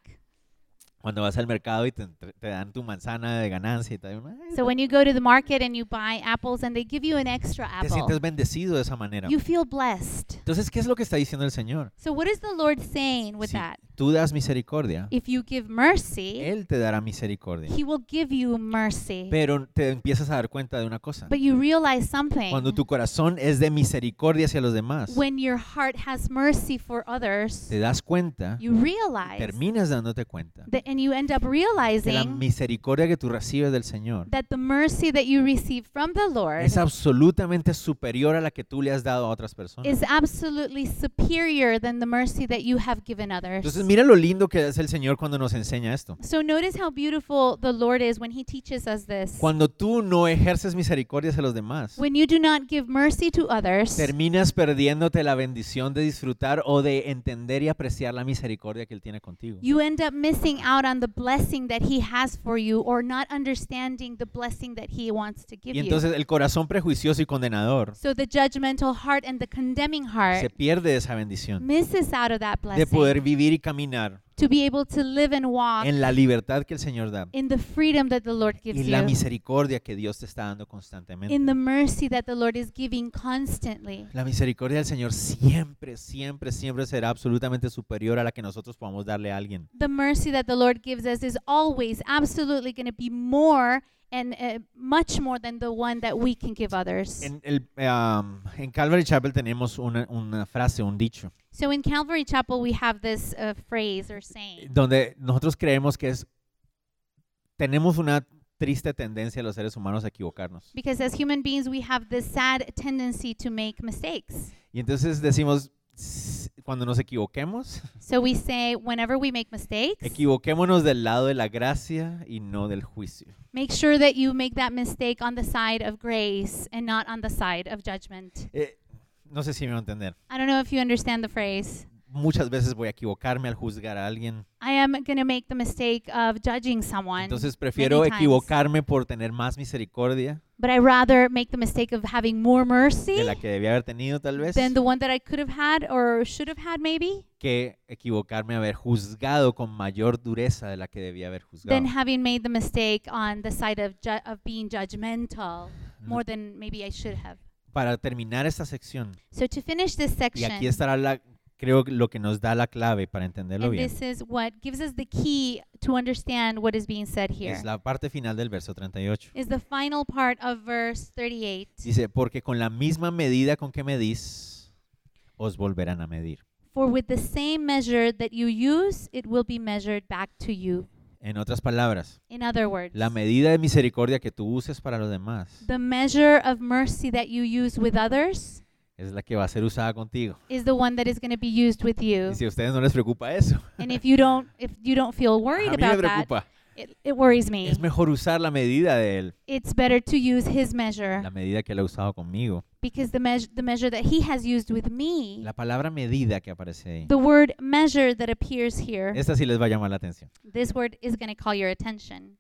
[SPEAKER 1] Cuando vas al mercado y te, entre- te dan tu manzana de ganancia y tal, uno, "Ay,
[SPEAKER 2] So, when you go to the market and you buy apples and they give you an extra
[SPEAKER 1] te sientes
[SPEAKER 2] apple,
[SPEAKER 1] bendecido de esa manera.
[SPEAKER 2] you feel blessed.
[SPEAKER 1] Entonces, ¿qué es lo que está diciendo el Señor?
[SPEAKER 2] So, what is the Lord saying with
[SPEAKER 1] Si
[SPEAKER 2] that?
[SPEAKER 1] tú das misericordia,
[SPEAKER 2] If you give mercy,
[SPEAKER 1] Él te dará misericordia.
[SPEAKER 2] He will give you mercy.
[SPEAKER 1] Pero te empiezas a dar cuenta de una cosa.
[SPEAKER 2] But you realize
[SPEAKER 1] Cuando
[SPEAKER 2] something.
[SPEAKER 1] tu corazón es de misericordia hacia los demás,
[SPEAKER 2] When your heart has mercy for others,
[SPEAKER 1] te das cuenta,
[SPEAKER 2] you realize
[SPEAKER 1] terminas dándote cuenta,
[SPEAKER 2] that, and you end up
[SPEAKER 1] que la
[SPEAKER 2] realizing
[SPEAKER 1] misericordia que tú recibes del Señor
[SPEAKER 2] that the mercy that you receive from the Lord
[SPEAKER 1] es absolutamente superior a la que tú le has dado a otras personas.
[SPEAKER 2] is absolutely superior than the mercy that you have given others.
[SPEAKER 1] Entonces, mira lo lindo que es el Señor cuando nos enseña esto.
[SPEAKER 2] So notice how beautiful the Lord is when he teaches us this.
[SPEAKER 1] Cuando tú no ejerces misericordia hacia los demás,
[SPEAKER 2] When you do not give mercy to others,
[SPEAKER 1] terminas perdiéndote la bendición de disfrutar o de entender y apreciar la misericordia que Él tiene contigo.
[SPEAKER 2] you end up missing out on the blessing that he has for you or not understanding the blessing that he wants to give
[SPEAKER 1] Y
[SPEAKER 2] you.
[SPEAKER 1] entonces el corazón prejuicioso y condenador
[SPEAKER 2] So the judgmental heart and the condemning heart
[SPEAKER 1] se pierde esa bendición
[SPEAKER 2] misses out of that
[SPEAKER 1] de
[SPEAKER 2] blessing
[SPEAKER 1] poder vivir y caminar
[SPEAKER 2] to be able to live and walk
[SPEAKER 1] en la libertad que el Señor da
[SPEAKER 2] in the freedom that the Lord gives
[SPEAKER 1] y la
[SPEAKER 2] you,
[SPEAKER 1] misericordia que Dios te está dando constantemente.
[SPEAKER 2] in the mercy that the Lord is giving constantly.
[SPEAKER 1] La misericordia del Señor siempre, siempre, siempre será absolutamente superior a la que nosotros podamos darle a alguien.
[SPEAKER 2] The mercy that the Lord gives us is always absolutely going to be more and uh, much more than the one that we can give others.
[SPEAKER 1] En, el, eh, am, en Calvary Chapel tenemos una, una frase, un dicho,
[SPEAKER 2] so in Calvary Chapel, we have this uh, phrase or saying
[SPEAKER 1] donde nosotros creemos que es, tenemos una triste tendencia a los seres humanos a equivocarnos.
[SPEAKER 2] because as human beings, we have this sad tendency to make mistakes.
[SPEAKER 1] Y entonces decimos, "S- cuando nos equivoquemos,
[SPEAKER 2] So we say, whenever we make mistakes,
[SPEAKER 1] equivoquémonos del lado de la gracia y no del juicio.
[SPEAKER 2] make sure that you make that mistake on the side of grace and not on the side of judgment.
[SPEAKER 1] Eh, no sé si me va a entender.
[SPEAKER 2] I don't know if you understand the phrase.
[SPEAKER 1] Muchas veces voy a equivocarme al juzgar a alguien.
[SPEAKER 2] I am going to make the mistake of judging someone,
[SPEAKER 1] Entonces prefiero
[SPEAKER 2] times.
[SPEAKER 1] equivocarme por tener más misericordia
[SPEAKER 2] but I rather make the mistake of having more
[SPEAKER 1] de
[SPEAKER 2] mercy
[SPEAKER 1] la que debía haber tenido tal vez
[SPEAKER 2] than the one that I could have had or should have had, maybe,
[SPEAKER 1] que equivocarme haber juzgado con mayor dureza de la que debía haber juzgado.
[SPEAKER 2] than having made the mistake on the side of, ju- of being judgmental
[SPEAKER 1] Mm.
[SPEAKER 2] more than maybe I should have.
[SPEAKER 1] Para terminar esta sección,
[SPEAKER 2] So, to finish this
[SPEAKER 1] y
[SPEAKER 2] section,
[SPEAKER 1] aquí estará la, creo que lo que nos da la clave para entenderlo
[SPEAKER 2] and
[SPEAKER 1] bien,
[SPEAKER 2] this is what gives us the key to understand what is being said here,
[SPEAKER 1] es la parte final del verso 38.
[SPEAKER 2] is the final part of verse 38.
[SPEAKER 1] Dice, porque con la misma medida con que medís, os volverán a medir.
[SPEAKER 2] For with the same measure that you use, it will be measured back to you.
[SPEAKER 1] En otras palabras,
[SPEAKER 2] In other words,
[SPEAKER 1] la medida de misericordia que tú uses para los demás
[SPEAKER 2] the measure of mercy that you use with others
[SPEAKER 1] es la que va a ser usada contigo.
[SPEAKER 2] is the one that is going to be used with you.
[SPEAKER 1] Y si a ustedes no les preocupa eso,
[SPEAKER 2] And if you don't if you don't feel
[SPEAKER 1] a mí
[SPEAKER 2] worried
[SPEAKER 1] me
[SPEAKER 2] about that,
[SPEAKER 1] preocupa.
[SPEAKER 2] it, it worries me.
[SPEAKER 1] Es mejor usar la medida de él,
[SPEAKER 2] It's better to use his measure
[SPEAKER 1] la medida que él ha usado conmigo.
[SPEAKER 2] because the measure the measure that he has used with me,
[SPEAKER 1] La palabra medida que aparece ahí.
[SPEAKER 2] the word measure that appears here,
[SPEAKER 1] Esta sí les va a llamar la atención.
[SPEAKER 2] this word is going to call your attention.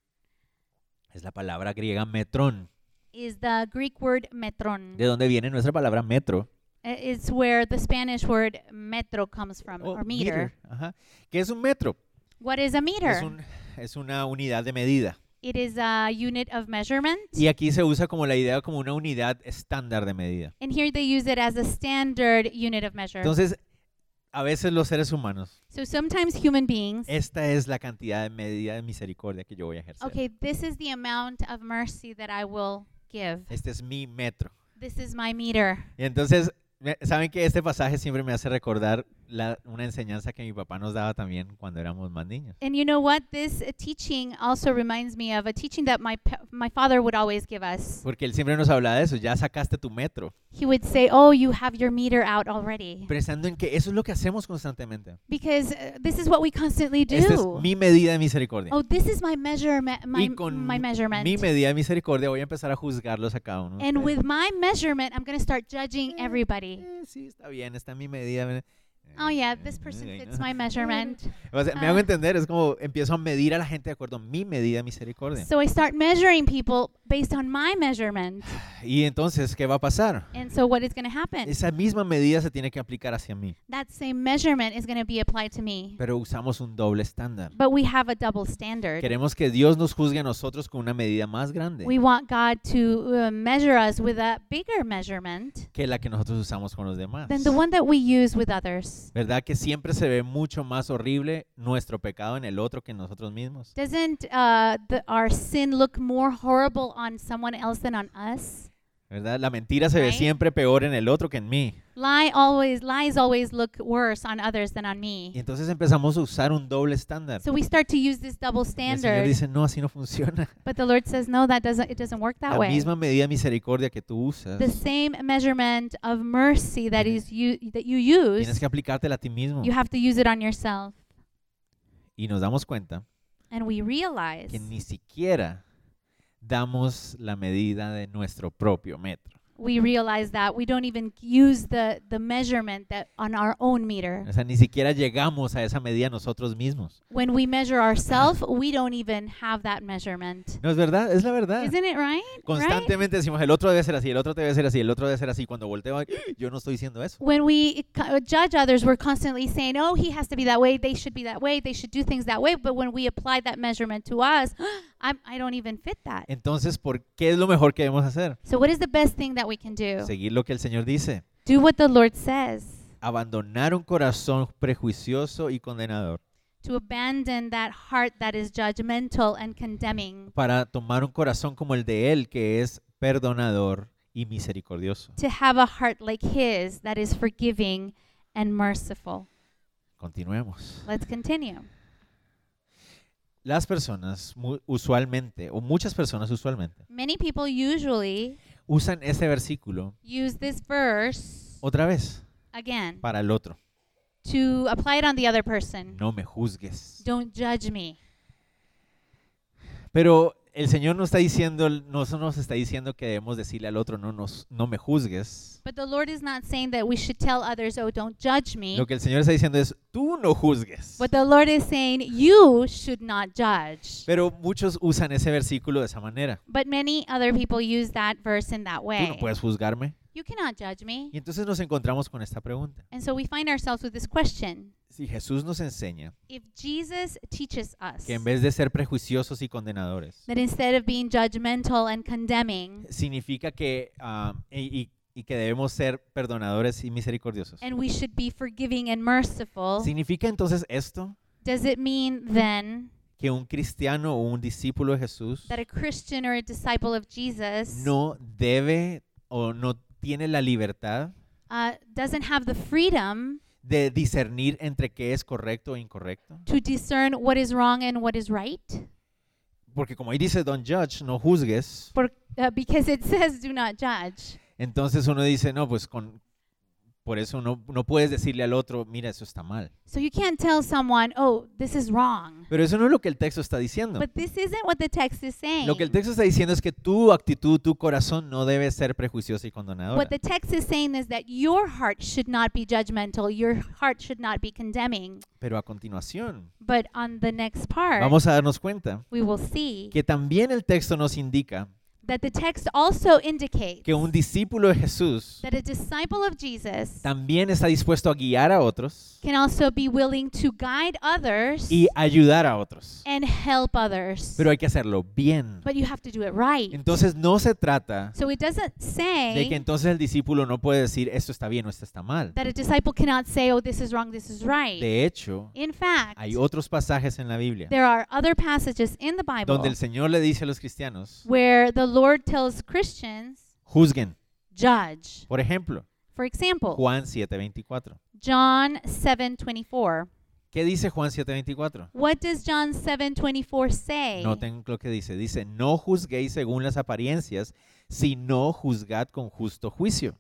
[SPEAKER 1] Es la palabra griega metrón,
[SPEAKER 2] Is the Greek word metron.
[SPEAKER 1] de donde viene nuestra palabra metro.
[SPEAKER 2] Uh, It's where the Spanish word metro comes from,
[SPEAKER 1] o
[SPEAKER 2] or meter.
[SPEAKER 1] Oh, ajá. ¿Qué es un metro?
[SPEAKER 2] What is a meter?
[SPEAKER 1] Es, un- es una unidad de medida.
[SPEAKER 2] it is a unit of measurement.
[SPEAKER 1] Y aquí se usa como la idea como una unidad estándar de medida.
[SPEAKER 2] And here they use it as a standard unit of measure.
[SPEAKER 1] Entonces, a veces los seres humanos,
[SPEAKER 2] so sometimes human beings,
[SPEAKER 1] esta es la cantidad de medida de misericordia que yo voy a ejercer.
[SPEAKER 2] okay, this is the amount of mercy that I will give.
[SPEAKER 1] Este es mi metro.
[SPEAKER 2] This is my meter.
[SPEAKER 1] Y entonces, me- saben que este pasaje siempre me hace recordar la- una enseñanza que mi papá nos daba también cuando éramos más niños.
[SPEAKER 2] And you know what? This uh, teaching also reminds me of a teaching that my pa- my father would always give us.
[SPEAKER 1] Porque él siempre nos hablaba de eso, ya sacaste tu metro.
[SPEAKER 2] He would say, "Oh, you have your meter out already."
[SPEAKER 1] Pensando en que eso es lo que hacemos constantemente.
[SPEAKER 2] Because uh, this is what we constantly do.
[SPEAKER 1] Esta es mi medida de misericordia.
[SPEAKER 2] Oh, this is my measurement. My,
[SPEAKER 1] y con
[SPEAKER 2] my measurement.
[SPEAKER 1] mi medida de misericordia voy a empezar a juzgarlos a cada uno. de
[SPEAKER 2] and
[SPEAKER 1] ustedes.
[SPEAKER 2] with my measurement, I'm going to start judging everybody.
[SPEAKER 1] Eh, sí, está bien, está en mi medida. ven.
[SPEAKER 2] Oh, yeah, this
[SPEAKER 1] Eh,
[SPEAKER 2] person
[SPEAKER 1] ay,
[SPEAKER 2] fits
[SPEAKER 1] no.
[SPEAKER 2] my measurement.
[SPEAKER 1] O sea, me hago
[SPEAKER 2] Ah.
[SPEAKER 1] entender, es como empiezo a medir a la gente de acuerdo a mi medida de misericordia.
[SPEAKER 2] So I start measuring people based on my
[SPEAKER 1] (sighs)
[SPEAKER 2] measurement.
[SPEAKER 1] Y entonces, ¿qué va a pasar?
[SPEAKER 2] And so what is going to happen?
[SPEAKER 1] Esa misma medida se tiene que aplicar hacia mí,
[SPEAKER 2] That same measurement is going to be applied to me.
[SPEAKER 1] pero usamos un doble estándar.
[SPEAKER 2] But we have a double standard.
[SPEAKER 1] Queremos que Dios nos juzgue a nosotros con una medida más grande
[SPEAKER 2] We want God to uh, measure us with a bigger measurement
[SPEAKER 1] que la que nosotros usamos con los demás.
[SPEAKER 2] than the one that we use with others.
[SPEAKER 1] ¿Verdad que siempre se ve mucho más horrible nuestro pecado en el otro que en nosotros mismos?
[SPEAKER 2] Doesn't uh, the, our sin look more horrible on someone else than on us?
[SPEAKER 1] ¿Verdad? La mentira se ve
[SPEAKER 2] Right.
[SPEAKER 1] siempre peor en el otro que en mí.
[SPEAKER 2] Lie always lies always look worse on others than on
[SPEAKER 1] Y
[SPEAKER 2] me.
[SPEAKER 1] entonces empezamos a usar un doble estándar.
[SPEAKER 2] So we start to use this double
[SPEAKER 1] Y el Señor
[SPEAKER 2] standard.
[SPEAKER 1] dice, no, así no funciona.
[SPEAKER 2] But the Lord says no, that doesn't it doesn't work that
[SPEAKER 1] La
[SPEAKER 2] way.
[SPEAKER 1] misma medida de misericordia que tú usas,
[SPEAKER 2] The same measurement of mercy that
[SPEAKER 1] Tienes-
[SPEAKER 2] is you that you
[SPEAKER 1] tienes
[SPEAKER 2] use,
[SPEAKER 1] que aplicártela a ti mismo.
[SPEAKER 2] you have to use it on yourself.
[SPEAKER 1] Y nos damos cuenta
[SPEAKER 2] And we realize
[SPEAKER 1] que ni siquiera damos la medida de nuestro propio metro.
[SPEAKER 2] we realize that we don't even use the, the measurement that on our own meter.
[SPEAKER 1] O sea, ni siquiera llegamos a esa medida nosotros mismos.
[SPEAKER 2] When we measure ourselves, we don't even have that measurement.
[SPEAKER 1] No es verdad, es la verdad.
[SPEAKER 2] Isn't it right? Right?
[SPEAKER 1] Constantemente decimos, el otro debe ser así, el otro debe ser así, el otro debe ser así. Cuando volteo, ay, yo no estoy diciendo eso.
[SPEAKER 2] When we co- judge others, we're constantly saying, oh, he has to be that way, they should be that way, they should do things that way. But when we apply that measurement to us, (gasps) I'm, I don't even fit that.
[SPEAKER 1] Entonces, ¿por qué es lo mejor que debemos hacer?
[SPEAKER 2] So, what is the best thing that we can do?
[SPEAKER 1] Seguir lo que el Señor dice.
[SPEAKER 2] Do what the Lord says.
[SPEAKER 1] Abandonar un corazón prejuicioso y condenador
[SPEAKER 2] To abandon that heart that is judgmental and condemning.
[SPEAKER 1] para tomar un corazón como el de Él, que es perdonador y misericordioso.
[SPEAKER 2] To have a heart like His that is forgiving and merciful.
[SPEAKER 1] Continuemos.
[SPEAKER 2] Let's continue.
[SPEAKER 1] Las personas mu- usualmente, o muchas personas usualmente,
[SPEAKER 2] Many people usually
[SPEAKER 1] usan ese versículo
[SPEAKER 2] use this verse
[SPEAKER 1] otra vez
[SPEAKER 2] again
[SPEAKER 1] para el otro.
[SPEAKER 2] to apply it on the other person.
[SPEAKER 1] No me juzgues.
[SPEAKER 2] Don't judge me.
[SPEAKER 1] Pero el Señor nos está diciendo, no nos está diciendo que debemos decirle al otro, no, nos, no me juzgues.
[SPEAKER 2] But the Lord is not saying that we should tell others, oh, don't judge me.
[SPEAKER 1] Lo que el Señor está diciendo es, tú no juzgues.
[SPEAKER 2] But the Lord is saying, you should not judge.
[SPEAKER 1] Pero muchos usan ese versículo de esa manera.
[SPEAKER 2] But many other people use that verse in that
[SPEAKER 1] Tú no
[SPEAKER 2] way.
[SPEAKER 1] puedes juzgarme.
[SPEAKER 2] You cannot judge me.
[SPEAKER 1] Y entonces nos encontramos con esta pregunta.
[SPEAKER 2] And so we find ourselves with this question.
[SPEAKER 1] Si Jesús nos enseña
[SPEAKER 2] If Jesus teaches us
[SPEAKER 1] que en vez de ser prejuiciosos y condenadores,
[SPEAKER 2] that instead of being judgmental and condemning,
[SPEAKER 1] significa que ah, y, y- y que debemos ser perdonadores y misericordiosos.
[SPEAKER 2] and we should be forgiving and merciful,
[SPEAKER 1] ¿Significa entonces esto
[SPEAKER 2] does it mean then
[SPEAKER 1] que un cristiano o un discípulo de Jesús
[SPEAKER 2] that a Christian or a disciple of Jesus
[SPEAKER 1] no debe o no tiene la libertad
[SPEAKER 2] uh, doesn't have the freedom
[SPEAKER 1] de discernir entre qué es correcto e incorrecto?
[SPEAKER 2] to discern what is wrong and what is right?
[SPEAKER 1] Porque como ahí dice, don't judge, no juzgues,
[SPEAKER 2] For, uh, because it (laughs) says, do not judge.
[SPEAKER 1] entonces uno dice, no, pues con, por eso no, no puedes decirle al otro, mira, eso está mal.
[SPEAKER 2] So you can't tell someone, oh, this is wrong.
[SPEAKER 1] Pero eso no es lo que el texto está diciendo.
[SPEAKER 2] But this isn't what the text is saying.
[SPEAKER 1] Lo que el texto está diciendo es que tu actitud, tu corazón no debe ser prejuicioso y condenador.
[SPEAKER 2] What the text is saying is that your heart should not be judgmental, your heart should not be condemning.
[SPEAKER 1] Pero a continuación,
[SPEAKER 2] But on the next part,
[SPEAKER 1] vamos a darnos cuenta
[SPEAKER 2] we will see
[SPEAKER 1] que también el texto nos indica
[SPEAKER 2] that the text also indicates
[SPEAKER 1] que un discípulo de Jesús
[SPEAKER 2] that a disciple of Jesus
[SPEAKER 1] también está dispuesto a guiar a otros
[SPEAKER 2] can also be willing to guide others
[SPEAKER 1] y ayudar a otros.
[SPEAKER 2] and help others.
[SPEAKER 1] Pero hay que hacerlo bien.
[SPEAKER 2] but you have to do it right.
[SPEAKER 1] Entonces no se trata
[SPEAKER 2] so it doesn't
[SPEAKER 1] de
[SPEAKER 2] say
[SPEAKER 1] que entonces el discípulo no puede decir esto está bien o esto está mal.
[SPEAKER 2] that a disciple cannot say, oh, this is wrong, this is right.
[SPEAKER 1] De hecho,
[SPEAKER 2] In fact,
[SPEAKER 1] hay otros pasajes en la Biblia
[SPEAKER 2] there are other passages in the Bible
[SPEAKER 1] donde el Señor le dice a los cristianos,
[SPEAKER 2] where the Lord tells Christians,
[SPEAKER 1] juzguen.
[SPEAKER 2] judge.
[SPEAKER 1] Por ejemplo,
[SPEAKER 2] For example,
[SPEAKER 1] Juan 7:24.
[SPEAKER 2] John 7:24.
[SPEAKER 1] ¿Qué dice Juan 7:24?
[SPEAKER 2] What does John 7:24 say?
[SPEAKER 1] Noten lo que dice. Dice, no juzguéis según las apariencias, sino juzgad con justo juicio.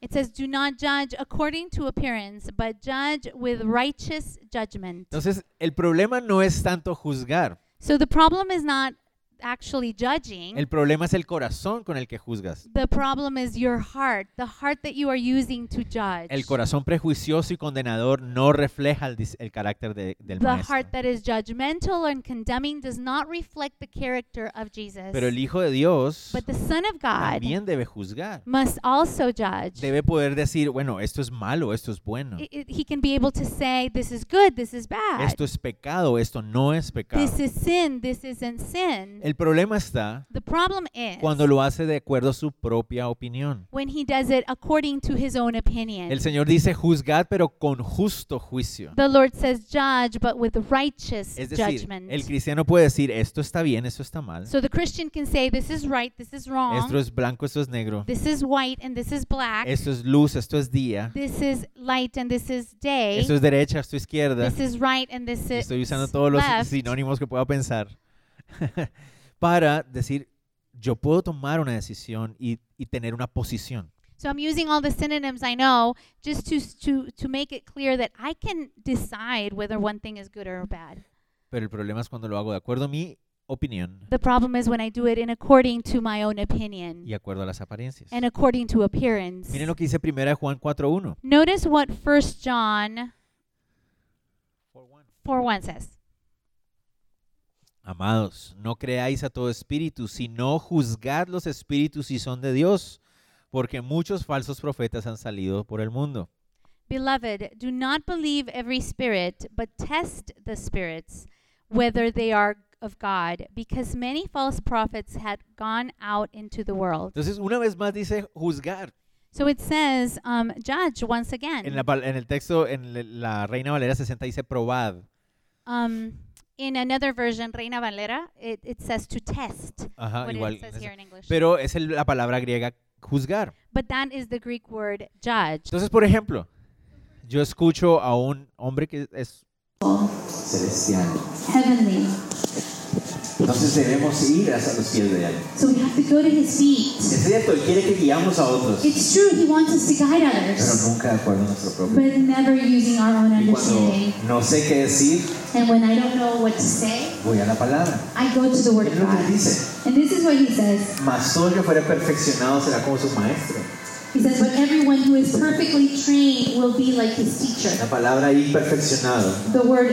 [SPEAKER 2] It says, "Do not judge according to appearance, but judge with righteous judgment."
[SPEAKER 1] Entonces, el problema no es tanto juzgar,
[SPEAKER 2] So the problem is not actually judging.
[SPEAKER 1] el problema es el corazón con el que juzgas.
[SPEAKER 2] the problem is your heart, the heart that you are using to judge.
[SPEAKER 1] El corazón prejuicioso y condenador no refleja el, dis- el carácter de- del
[SPEAKER 2] the heart
[SPEAKER 1] maestro.
[SPEAKER 2] that is judgmental and condemning does not reflect the character of Jesus.
[SPEAKER 1] Pero el Hijo de Dios
[SPEAKER 2] but the Son of God
[SPEAKER 1] también debe juzgar.
[SPEAKER 2] must also judge.
[SPEAKER 1] Debe poder decir, bueno, esto es malo, esto es bueno.
[SPEAKER 2] i- i- he can be able to say, this is good, this is bad.
[SPEAKER 1] Esto es pecado, esto no es pecado.
[SPEAKER 2] this is sin, this isn't sin.
[SPEAKER 1] El problema está
[SPEAKER 2] the problem is
[SPEAKER 1] cuando lo hace de acuerdo a su propia opinión.
[SPEAKER 2] when he does it according to his own opinion.
[SPEAKER 1] El Señor dice, juzgad, pero con justo juicio.
[SPEAKER 2] the Lord says, judge, but with righteous
[SPEAKER 1] Es decir,
[SPEAKER 2] judgment.
[SPEAKER 1] el cristiano puede decir, esto está bien, esto está mal.
[SPEAKER 2] so the Christian can say, this is right, this is wrong,
[SPEAKER 1] Esto es blanco, esto es negro.
[SPEAKER 2] this is white, and this is black,
[SPEAKER 1] Esto es luz, esto es día.
[SPEAKER 2] this is light, and this is day,
[SPEAKER 1] Esto es derecha, esto es izquierda.
[SPEAKER 2] this is right, and this is
[SPEAKER 1] Estoy usando todos los
[SPEAKER 2] left.
[SPEAKER 1] sinónimos que pueda pensar. (laughs) Para decir, yo puedo tomar una decisión y, y tener una posición.
[SPEAKER 2] So I'm using all the synonyms I know just to, s- to, to make it clear that I can decide whether one thing is good or bad.
[SPEAKER 1] Pero el problema es cuando lo hago de acuerdo a mi
[SPEAKER 3] opinión
[SPEAKER 2] The problem is when I do it in according to my own opinion
[SPEAKER 3] y acuerdo a las apariencias.
[SPEAKER 2] and according to appearance.
[SPEAKER 3] Miren lo que dice primera de Juan 4.1.
[SPEAKER 2] Notice what First John 4 1 says.
[SPEAKER 3] Amados, no creáis a todo espíritu, sino juzgad los espíritus si son de Dios, porque muchos falsos profetas han salido por el mundo.
[SPEAKER 2] Beloved, do not believe every spirit, but test the spirits, whether they are of God, because many false prophets had gone out into the world.
[SPEAKER 3] Entonces, una vez más dice juzgar.
[SPEAKER 2] So it says, um, judge once
[SPEAKER 3] En,
[SPEAKER 2] again.
[SPEAKER 3] la pal- en el texto, en le- la Reina Valera 60 dice probad.
[SPEAKER 2] Um, in another version, Reina Valera, it, it says to test.
[SPEAKER 3] Ajá,
[SPEAKER 2] what
[SPEAKER 3] Ah, igual.
[SPEAKER 2] it says here in English.
[SPEAKER 3] Pero es el- la palabra griega juzgar.
[SPEAKER 2] but that is the Greek word judge.
[SPEAKER 3] Entonces, por ejemplo, yo escucho a un hombre que es...
[SPEAKER 1] celestial.
[SPEAKER 4] heavenly.
[SPEAKER 1] Entonces debemos ir hasta los pies de Él.
[SPEAKER 4] So we have to go to his feet.
[SPEAKER 1] Es cierto, Él quiere que guiamos a otros,
[SPEAKER 4] It's true, he wants us to guide
[SPEAKER 1] pero
[SPEAKER 4] others,
[SPEAKER 1] nunca de acuerdo a nuestro propio.
[SPEAKER 4] but never using our own
[SPEAKER 1] Y cuando
[SPEAKER 4] understanding.
[SPEAKER 1] no sé qué decir,
[SPEAKER 4] And when I don't know what to say,
[SPEAKER 1] voy a la palabra.
[SPEAKER 4] I go to the word of
[SPEAKER 1] Miren lo que
[SPEAKER 4] God.
[SPEAKER 1] dice.
[SPEAKER 4] And this is what he says.
[SPEAKER 1] Mas todo el que fuera perfeccionado será como su maestro.
[SPEAKER 4] He says, But everyone who is perfectly trained will be like his teacher.
[SPEAKER 1] La palabra ahí perfeccionado
[SPEAKER 4] The word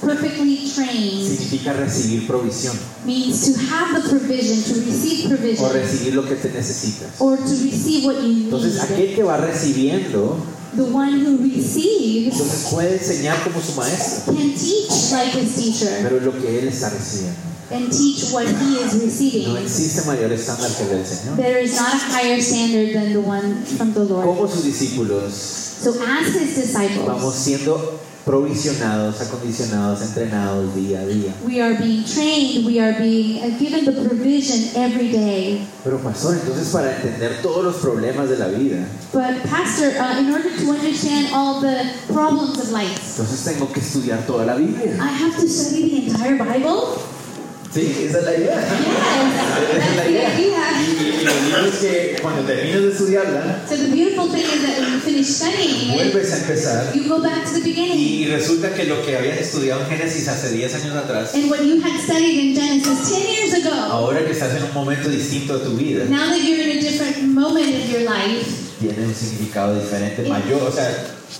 [SPEAKER 4] perfectly trained
[SPEAKER 1] significa recibir provisión
[SPEAKER 4] means to have the provision, to receive
[SPEAKER 1] o
[SPEAKER 4] provision,
[SPEAKER 1] recibir lo que te necesitas.
[SPEAKER 4] or to receive what you
[SPEAKER 1] Entonces,
[SPEAKER 4] need.
[SPEAKER 1] aquel que va recibiendo,
[SPEAKER 4] The one who receives
[SPEAKER 1] entonces puede enseñar como su maestro,
[SPEAKER 4] can teach like his teacher.
[SPEAKER 1] pero es lo que él está recibiendo.
[SPEAKER 4] and teach what he is
[SPEAKER 1] No
[SPEAKER 4] receiving.
[SPEAKER 1] existe mayor estándar que el del Señor.
[SPEAKER 4] There is not a higher standard than the one from the Lord.
[SPEAKER 1] Como sus discípulos,
[SPEAKER 4] So as his
[SPEAKER 1] vamos
[SPEAKER 4] disciples,
[SPEAKER 1] siendo provisionados, acondicionados, entrenados día a día.
[SPEAKER 4] we are being trained, we are being uh, given the provision every day.
[SPEAKER 1] Pero pastor, entonces para entender todos los problemas de la vida,
[SPEAKER 4] But pastor, uh, in order to understand all the problems of life,
[SPEAKER 1] entonces tengo que estudiar toda la Biblia.
[SPEAKER 4] I have to study the entire Bible?
[SPEAKER 1] Sí, esa es la idea.
[SPEAKER 4] Yes, that's the idea.
[SPEAKER 1] Y, y lo lindo es que cuando terminas de estudiarla,
[SPEAKER 4] So the beautiful thing is that when you finish studying it,
[SPEAKER 1] vuelves a empezar.
[SPEAKER 4] you go back to the beginning.
[SPEAKER 1] Y resulta que lo que habías estudiado en Génesis hace 10 años atrás,
[SPEAKER 4] And what you had studied in Genesis 10 years ago,
[SPEAKER 1] ahora que estás en un momento distinto de tu vida,
[SPEAKER 4] now that you're in a different moment of your life,
[SPEAKER 1] tiene un significado diferente, mayor, o sea,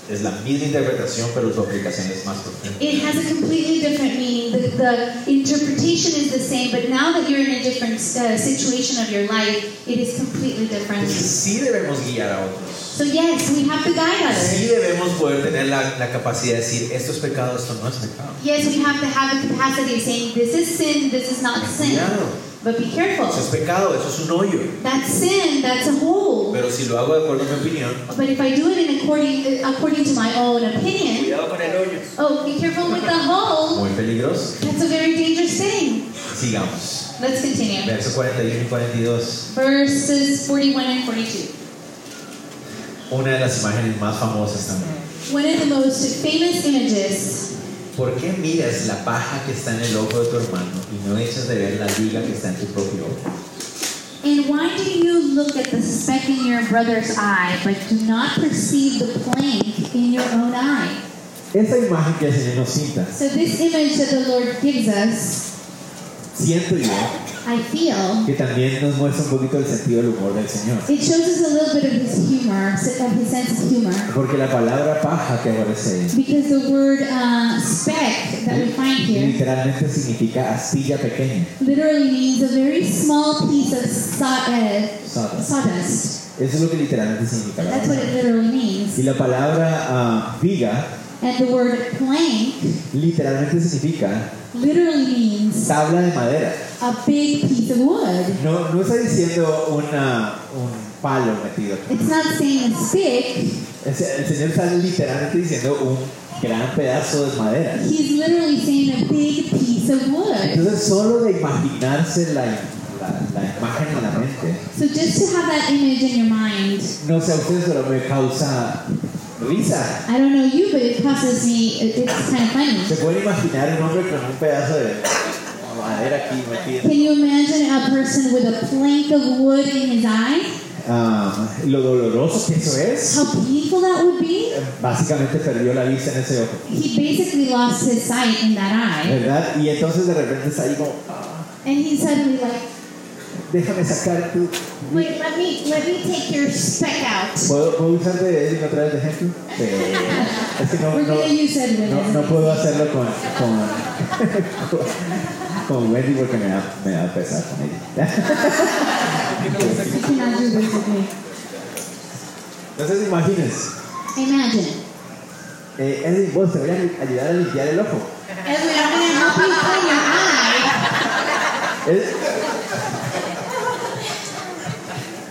[SPEAKER 1] es la misma interpretación, pero su aplicación es más profunda.
[SPEAKER 4] It has a completely different meaning. The, the interpretation is the same, but now that you're in a different uh, situation of your life, it is completely different.
[SPEAKER 1] Entonces sí debemos guiar a otros.
[SPEAKER 4] So yes, we have to guide
[SPEAKER 1] Sí
[SPEAKER 4] others.
[SPEAKER 1] debemos poder tener la, la capacidad de decir, esto es pecado, esto no es pecado.
[SPEAKER 4] Yes, we have to have the capacity of saying, this is sin, this is not sin.
[SPEAKER 1] Cuidado,
[SPEAKER 4] But be careful.
[SPEAKER 1] eso es pecado, eso es un hoyo.
[SPEAKER 4] That's sin, that's a hole.
[SPEAKER 1] Pero si lo hago de acuerdo a mi opinión,
[SPEAKER 4] But if I do it in according, according to my own opinion,
[SPEAKER 1] cuidado con el hoyo.
[SPEAKER 4] oh, be careful with the hole.
[SPEAKER 1] Muy peligroso.
[SPEAKER 4] That's a very dangerous thing.
[SPEAKER 1] Sigamos.
[SPEAKER 4] Let's continue.
[SPEAKER 1] Verso 41 y 42.
[SPEAKER 4] Verses 41 and 42.
[SPEAKER 1] Una de las imágenes más famosas también.
[SPEAKER 4] One of the most famous images.
[SPEAKER 1] ¿Por qué miras la paja que está en el ojo de tu hermano y no echas de ver la viga que está en tu propio ojo?
[SPEAKER 4] And why do you look at the speck in your brother's eye, but do not perceive the plank in your own eye?
[SPEAKER 1] Esa imagen que el Señor nos cita,
[SPEAKER 4] So this image that the Lord gives us,
[SPEAKER 1] siento yo
[SPEAKER 4] I feel,
[SPEAKER 1] que también nos muestra un poquito el sentido del humor del Señor.
[SPEAKER 4] it shows us a little bit of his humor, of his sense of humor,
[SPEAKER 1] Porque la palabra paja que aparece ahí,
[SPEAKER 4] because the word uh, speck that we find here
[SPEAKER 1] literalmente significa astilla pequeña.
[SPEAKER 4] literally means a very small piece of saw, uh,
[SPEAKER 1] ¿sabes?
[SPEAKER 4] sawdust.
[SPEAKER 1] Eso es lo que literalmente significa. la
[SPEAKER 4] That's what
[SPEAKER 1] palabra.
[SPEAKER 4] it literally
[SPEAKER 1] Y
[SPEAKER 4] means.
[SPEAKER 1] la palabra ah, viga
[SPEAKER 4] And the word plank
[SPEAKER 1] literalmente significa
[SPEAKER 4] literally means
[SPEAKER 1] tabla de madera.
[SPEAKER 4] a big piece of wood.
[SPEAKER 1] No, no está diciendo una, un palo metido. aquí.
[SPEAKER 4] It's not saying a stick.
[SPEAKER 1] El, se- el Señor está literalmente diciendo un gran pedazo de madera.
[SPEAKER 4] He's literally saying a big piece of wood.
[SPEAKER 1] Entonces, solo de imaginarse la, la- la imagen en la mente,
[SPEAKER 4] So just to have that image in your mind,
[SPEAKER 1] no sé a ustedes, pero me causa risa.
[SPEAKER 4] I don't know you, but it causes me. it- It's kind of
[SPEAKER 1] ¿Se
[SPEAKER 4] funny.
[SPEAKER 1] pueden imaginar un hombre con un pedazo de madera aquí metido?
[SPEAKER 4] Can you imagine a person with a plank of wood in his eye?
[SPEAKER 1] Ah, lo doloroso que eso es.
[SPEAKER 4] How painful that would be.
[SPEAKER 1] Básicamente perdió la vista en ese ojo,
[SPEAKER 4] He basically lost his sight in that eye.
[SPEAKER 1] ¿verdad? Y entonces de repente está ahí como, ah,
[SPEAKER 4] And he suddenly like,
[SPEAKER 1] Déjame sacar tu...
[SPEAKER 4] wait, let me let me take your speck out.
[SPEAKER 1] ¿Puedo, puedo usar de él otra vez de ejemplo? Eh, es que no,
[SPEAKER 4] We're
[SPEAKER 1] no,
[SPEAKER 4] gonna use Edwin.
[SPEAKER 1] no,
[SPEAKER 4] as
[SPEAKER 1] no
[SPEAKER 4] an
[SPEAKER 1] puedo hacerlo con, con, (laughs) con, con Wendy porque me da, me da pesar con ella.
[SPEAKER 4] example. You cannot do this with me.
[SPEAKER 1] Entonces imagínense,
[SPEAKER 4] Imagine.
[SPEAKER 1] eh, Eddie, vos te voy a li- ayudar a limpiar el ojo.
[SPEAKER 4] Edwin, I'm gonna help you clean your eye.
[SPEAKER 1] Es- (laughs)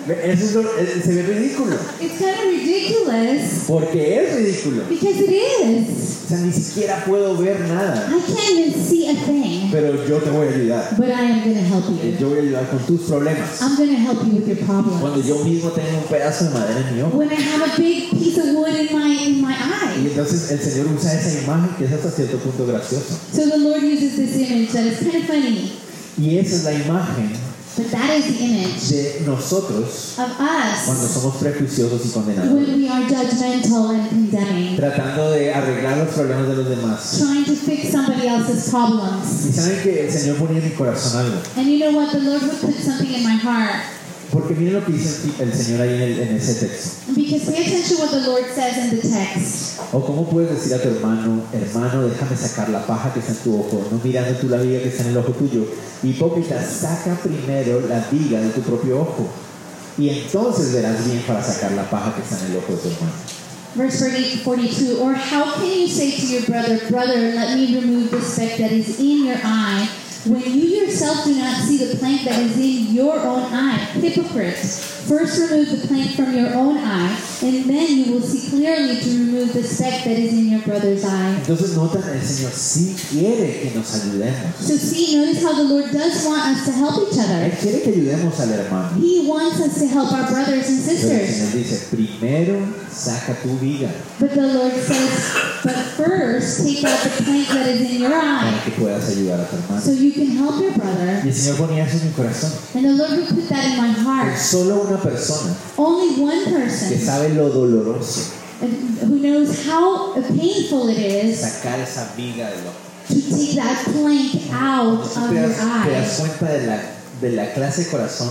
[SPEAKER 1] Ve, Eso es lo- es- se ve ridículo,
[SPEAKER 4] It's kind of ridiculous
[SPEAKER 1] porque es ridículo.
[SPEAKER 4] because it is.
[SPEAKER 1] O sea, ni siquiera puedo ver nada,
[SPEAKER 4] I can't even see a thing,
[SPEAKER 1] pero yo te voy a ayudar.
[SPEAKER 4] but I am gonna help
[SPEAKER 1] Eh,
[SPEAKER 4] you.
[SPEAKER 1] Yo voy a ayudar con tus problemas.
[SPEAKER 4] I'm gonna help you with your
[SPEAKER 1] Cuando
[SPEAKER 4] problems.
[SPEAKER 1] yo mismo tengo un pedazo de madera en mi ojo.
[SPEAKER 4] When I have a big piece of wood in my in
[SPEAKER 1] Y
[SPEAKER 4] my eye,
[SPEAKER 1] entonces el Señor usa esa imagen que es hasta cierto punto graciosa.
[SPEAKER 4] so the Lord uses this image that is kind of funny,
[SPEAKER 1] Y esa es la imagen
[SPEAKER 4] but that is the image
[SPEAKER 1] de nosotros
[SPEAKER 4] of
[SPEAKER 1] cuando
[SPEAKER 4] us
[SPEAKER 1] somos prejuiciosos y
[SPEAKER 4] when
[SPEAKER 1] condenados.
[SPEAKER 4] we are judgmental and condemning,
[SPEAKER 1] Tratando de arreglar los problemas de los demás.
[SPEAKER 4] trying to fix somebody else's problems.
[SPEAKER 1] Y saben que el Señor ponía en mi corazón algo.
[SPEAKER 4] And you know what? The Lord would put something in my heart.
[SPEAKER 1] Porque miren lo que dice el, el Señor ahí en, el- en ese texto.
[SPEAKER 4] Because pay attention to what the Lord says in the text.
[SPEAKER 1] O cómo puedes decir a tu hermano, hermano, déjame sacar la paja que está en tu ojo, no mirando tú la viga que está en el ojo tuyo. Hipócrita, saca primero la viga de tu propio ojo. Y entonces verás bien para sacar la paja que está en el ojo de tu hermano.
[SPEAKER 4] Verse 40 42 Or how can you say to your brother, Brother, let me remove the speck that is in your eye, when you yourself do not see the plank that is in your own eye? Hypocrite! First remove the plank from your own eye, and then you will see clearly to remove the speck that is in your brother's eye.
[SPEAKER 1] Entonces notan, el Señor sí quiere que nos ayudemos.
[SPEAKER 4] So, see, notice how the Lord does want us to help each
[SPEAKER 1] Él
[SPEAKER 4] other.
[SPEAKER 1] quiere que ayudemos al hermano.
[SPEAKER 4] He wants us to help our brothers and
[SPEAKER 1] Pero el
[SPEAKER 4] sisters.
[SPEAKER 1] Señor dice, primero saca tu viga
[SPEAKER 4] But the Lord says, but first take out the plank that is in your eye
[SPEAKER 1] para que puedas ayudar a tu hermano.
[SPEAKER 4] so you can help your brother.
[SPEAKER 1] Y el Señor ponía eso en mi corazón.
[SPEAKER 4] And the Lord would put that in my
[SPEAKER 1] Con
[SPEAKER 4] heart.
[SPEAKER 1] solo una persona
[SPEAKER 4] Only one
[SPEAKER 1] que
[SPEAKER 4] person
[SPEAKER 1] sabe lo doloroso
[SPEAKER 4] who knows how painful it is
[SPEAKER 1] sacar esa viga del ojo.
[SPEAKER 4] to take that plank out
[SPEAKER 1] Tú
[SPEAKER 4] of
[SPEAKER 1] te
[SPEAKER 4] your
[SPEAKER 1] das, te das
[SPEAKER 4] eye.
[SPEAKER 1] cuenta de la, de la clase de corazón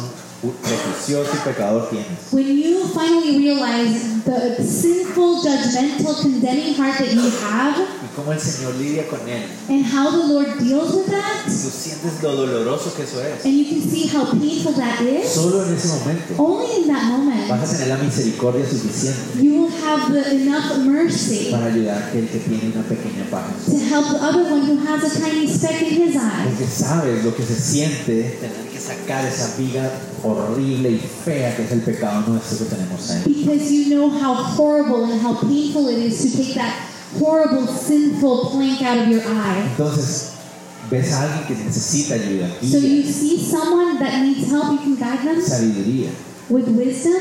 [SPEAKER 1] prejuicioso y pecador tienes.
[SPEAKER 4] When you finally realize the sinful, judgmental, condemning heart that you have
[SPEAKER 1] Y cómo el Señor lidia con él.
[SPEAKER 4] and how the Lord deals with that,
[SPEAKER 1] Tú sientes lo doloroso que eso es.
[SPEAKER 4] and you can see how painful that is,
[SPEAKER 1] Solo en ese momento
[SPEAKER 4] only in that moment
[SPEAKER 1] vas a tener la misericordia suficiente
[SPEAKER 4] You will have the, enough mercy
[SPEAKER 1] para ayudar que el que tiene una pequeña paja.
[SPEAKER 4] to help the other one who has a tiny speck in his eye.
[SPEAKER 1] Porque sabes lo que se siente tener que sacar esa viga horrible y fea que es el pecado nuestro que tenemos ahí.
[SPEAKER 4] Because you know how horrible and how painful it is to take that horrible, sinful plank out of your eye.
[SPEAKER 1] Entonces, ves a alguien que necesita ayuda,
[SPEAKER 4] So you
[SPEAKER 1] guía,
[SPEAKER 4] see someone that needs help, you can guide them
[SPEAKER 1] sabiduría.
[SPEAKER 4] with wisdom.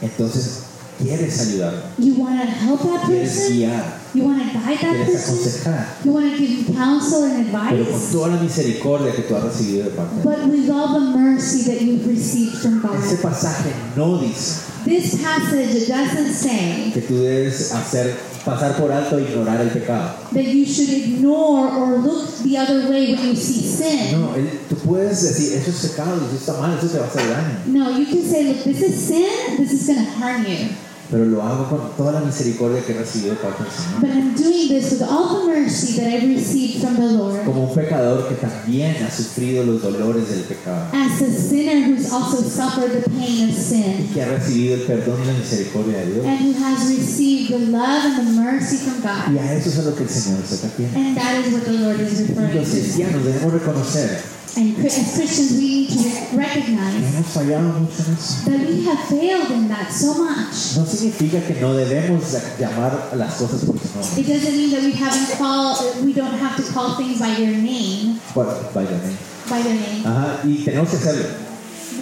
[SPEAKER 1] Entonces, quieres ayudarlo,
[SPEAKER 4] You want to help that
[SPEAKER 1] quieres
[SPEAKER 4] person.
[SPEAKER 1] guiar,
[SPEAKER 4] You want to guide that
[SPEAKER 1] quieres
[SPEAKER 4] person.
[SPEAKER 1] aconsejar,
[SPEAKER 4] You want to give them counsel and
[SPEAKER 1] pero con
[SPEAKER 4] advice.
[SPEAKER 1] toda la misericordia que tú has recibido de parte de Dios.
[SPEAKER 4] But with all the mercy that you've received from
[SPEAKER 1] Ese
[SPEAKER 4] God.
[SPEAKER 1] pasaje no dice
[SPEAKER 4] This passage it doesn't say
[SPEAKER 1] que tú debes hacer, pasar por alto e ignorar el pecado.
[SPEAKER 4] that you should ignore or look the other way when you see sin.
[SPEAKER 1] No, él- tú puedes decir, eso es pecado, eso está mal, eso te va a hacer daño.
[SPEAKER 4] No. you can say, look, this is sin, this is going to harm you.
[SPEAKER 1] Pero lo hago con toda la misericordia que he recibido de parte del Señor.
[SPEAKER 4] But I'm doing this with all the mercy that I received from the Lord.
[SPEAKER 1] Como un pecador que también ha sufrido los dolores del pecado.
[SPEAKER 4] As a sinner who's also suffered the pain of
[SPEAKER 1] y
[SPEAKER 4] sin
[SPEAKER 1] que ha recibido el perdón y la misericordia de Dios.
[SPEAKER 4] and who has received the love and the mercy from
[SPEAKER 1] Y
[SPEAKER 4] God.
[SPEAKER 1] a eso es a lo que el Señor se refiere.
[SPEAKER 4] And that is what the Lord is
[SPEAKER 1] Y
[SPEAKER 4] referring
[SPEAKER 1] Los
[SPEAKER 4] to.
[SPEAKER 1] cristianos debemos reconocer
[SPEAKER 4] And Chri- as Christians, we need to
[SPEAKER 1] que
[SPEAKER 4] recognize
[SPEAKER 1] hemos fallado mucho en eso.
[SPEAKER 4] that we have failed in that so much.
[SPEAKER 1] No significa que no debemos la- llamar a las cosas por su nombre.
[SPEAKER 4] It doesn't mean that we haven't called, we don't have to call things by your name.
[SPEAKER 1] Bueno, váyame.
[SPEAKER 4] by their name.
[SPEAKER 1] Ajá, y tenemos que hacerlo.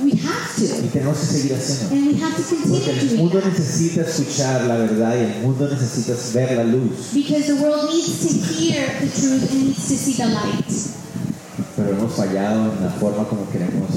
[SPEAKER 4] We have
[SPEAKER 1] Y
[SPEAKER 4] to,
[SPEAKER 1] tenemos que seguir haciendo.
[SPEAKER 4] and we have to
[SPEAKER 1] Porque
[SPEAKER 4] continue
[SPEAKER 1] el
[SPEAKER 4] doing
[SPEAKER 1] mundo
[SPEAKER 4] that
[SPEAKER 1] necesita escuchar la verdad y el mundo necesita ver la luz.
[SPEAKER 4] because the world needs to hear the truth and needs to see the light.
[SPEAKER 1] Pero hemos fallado en la forma como queremos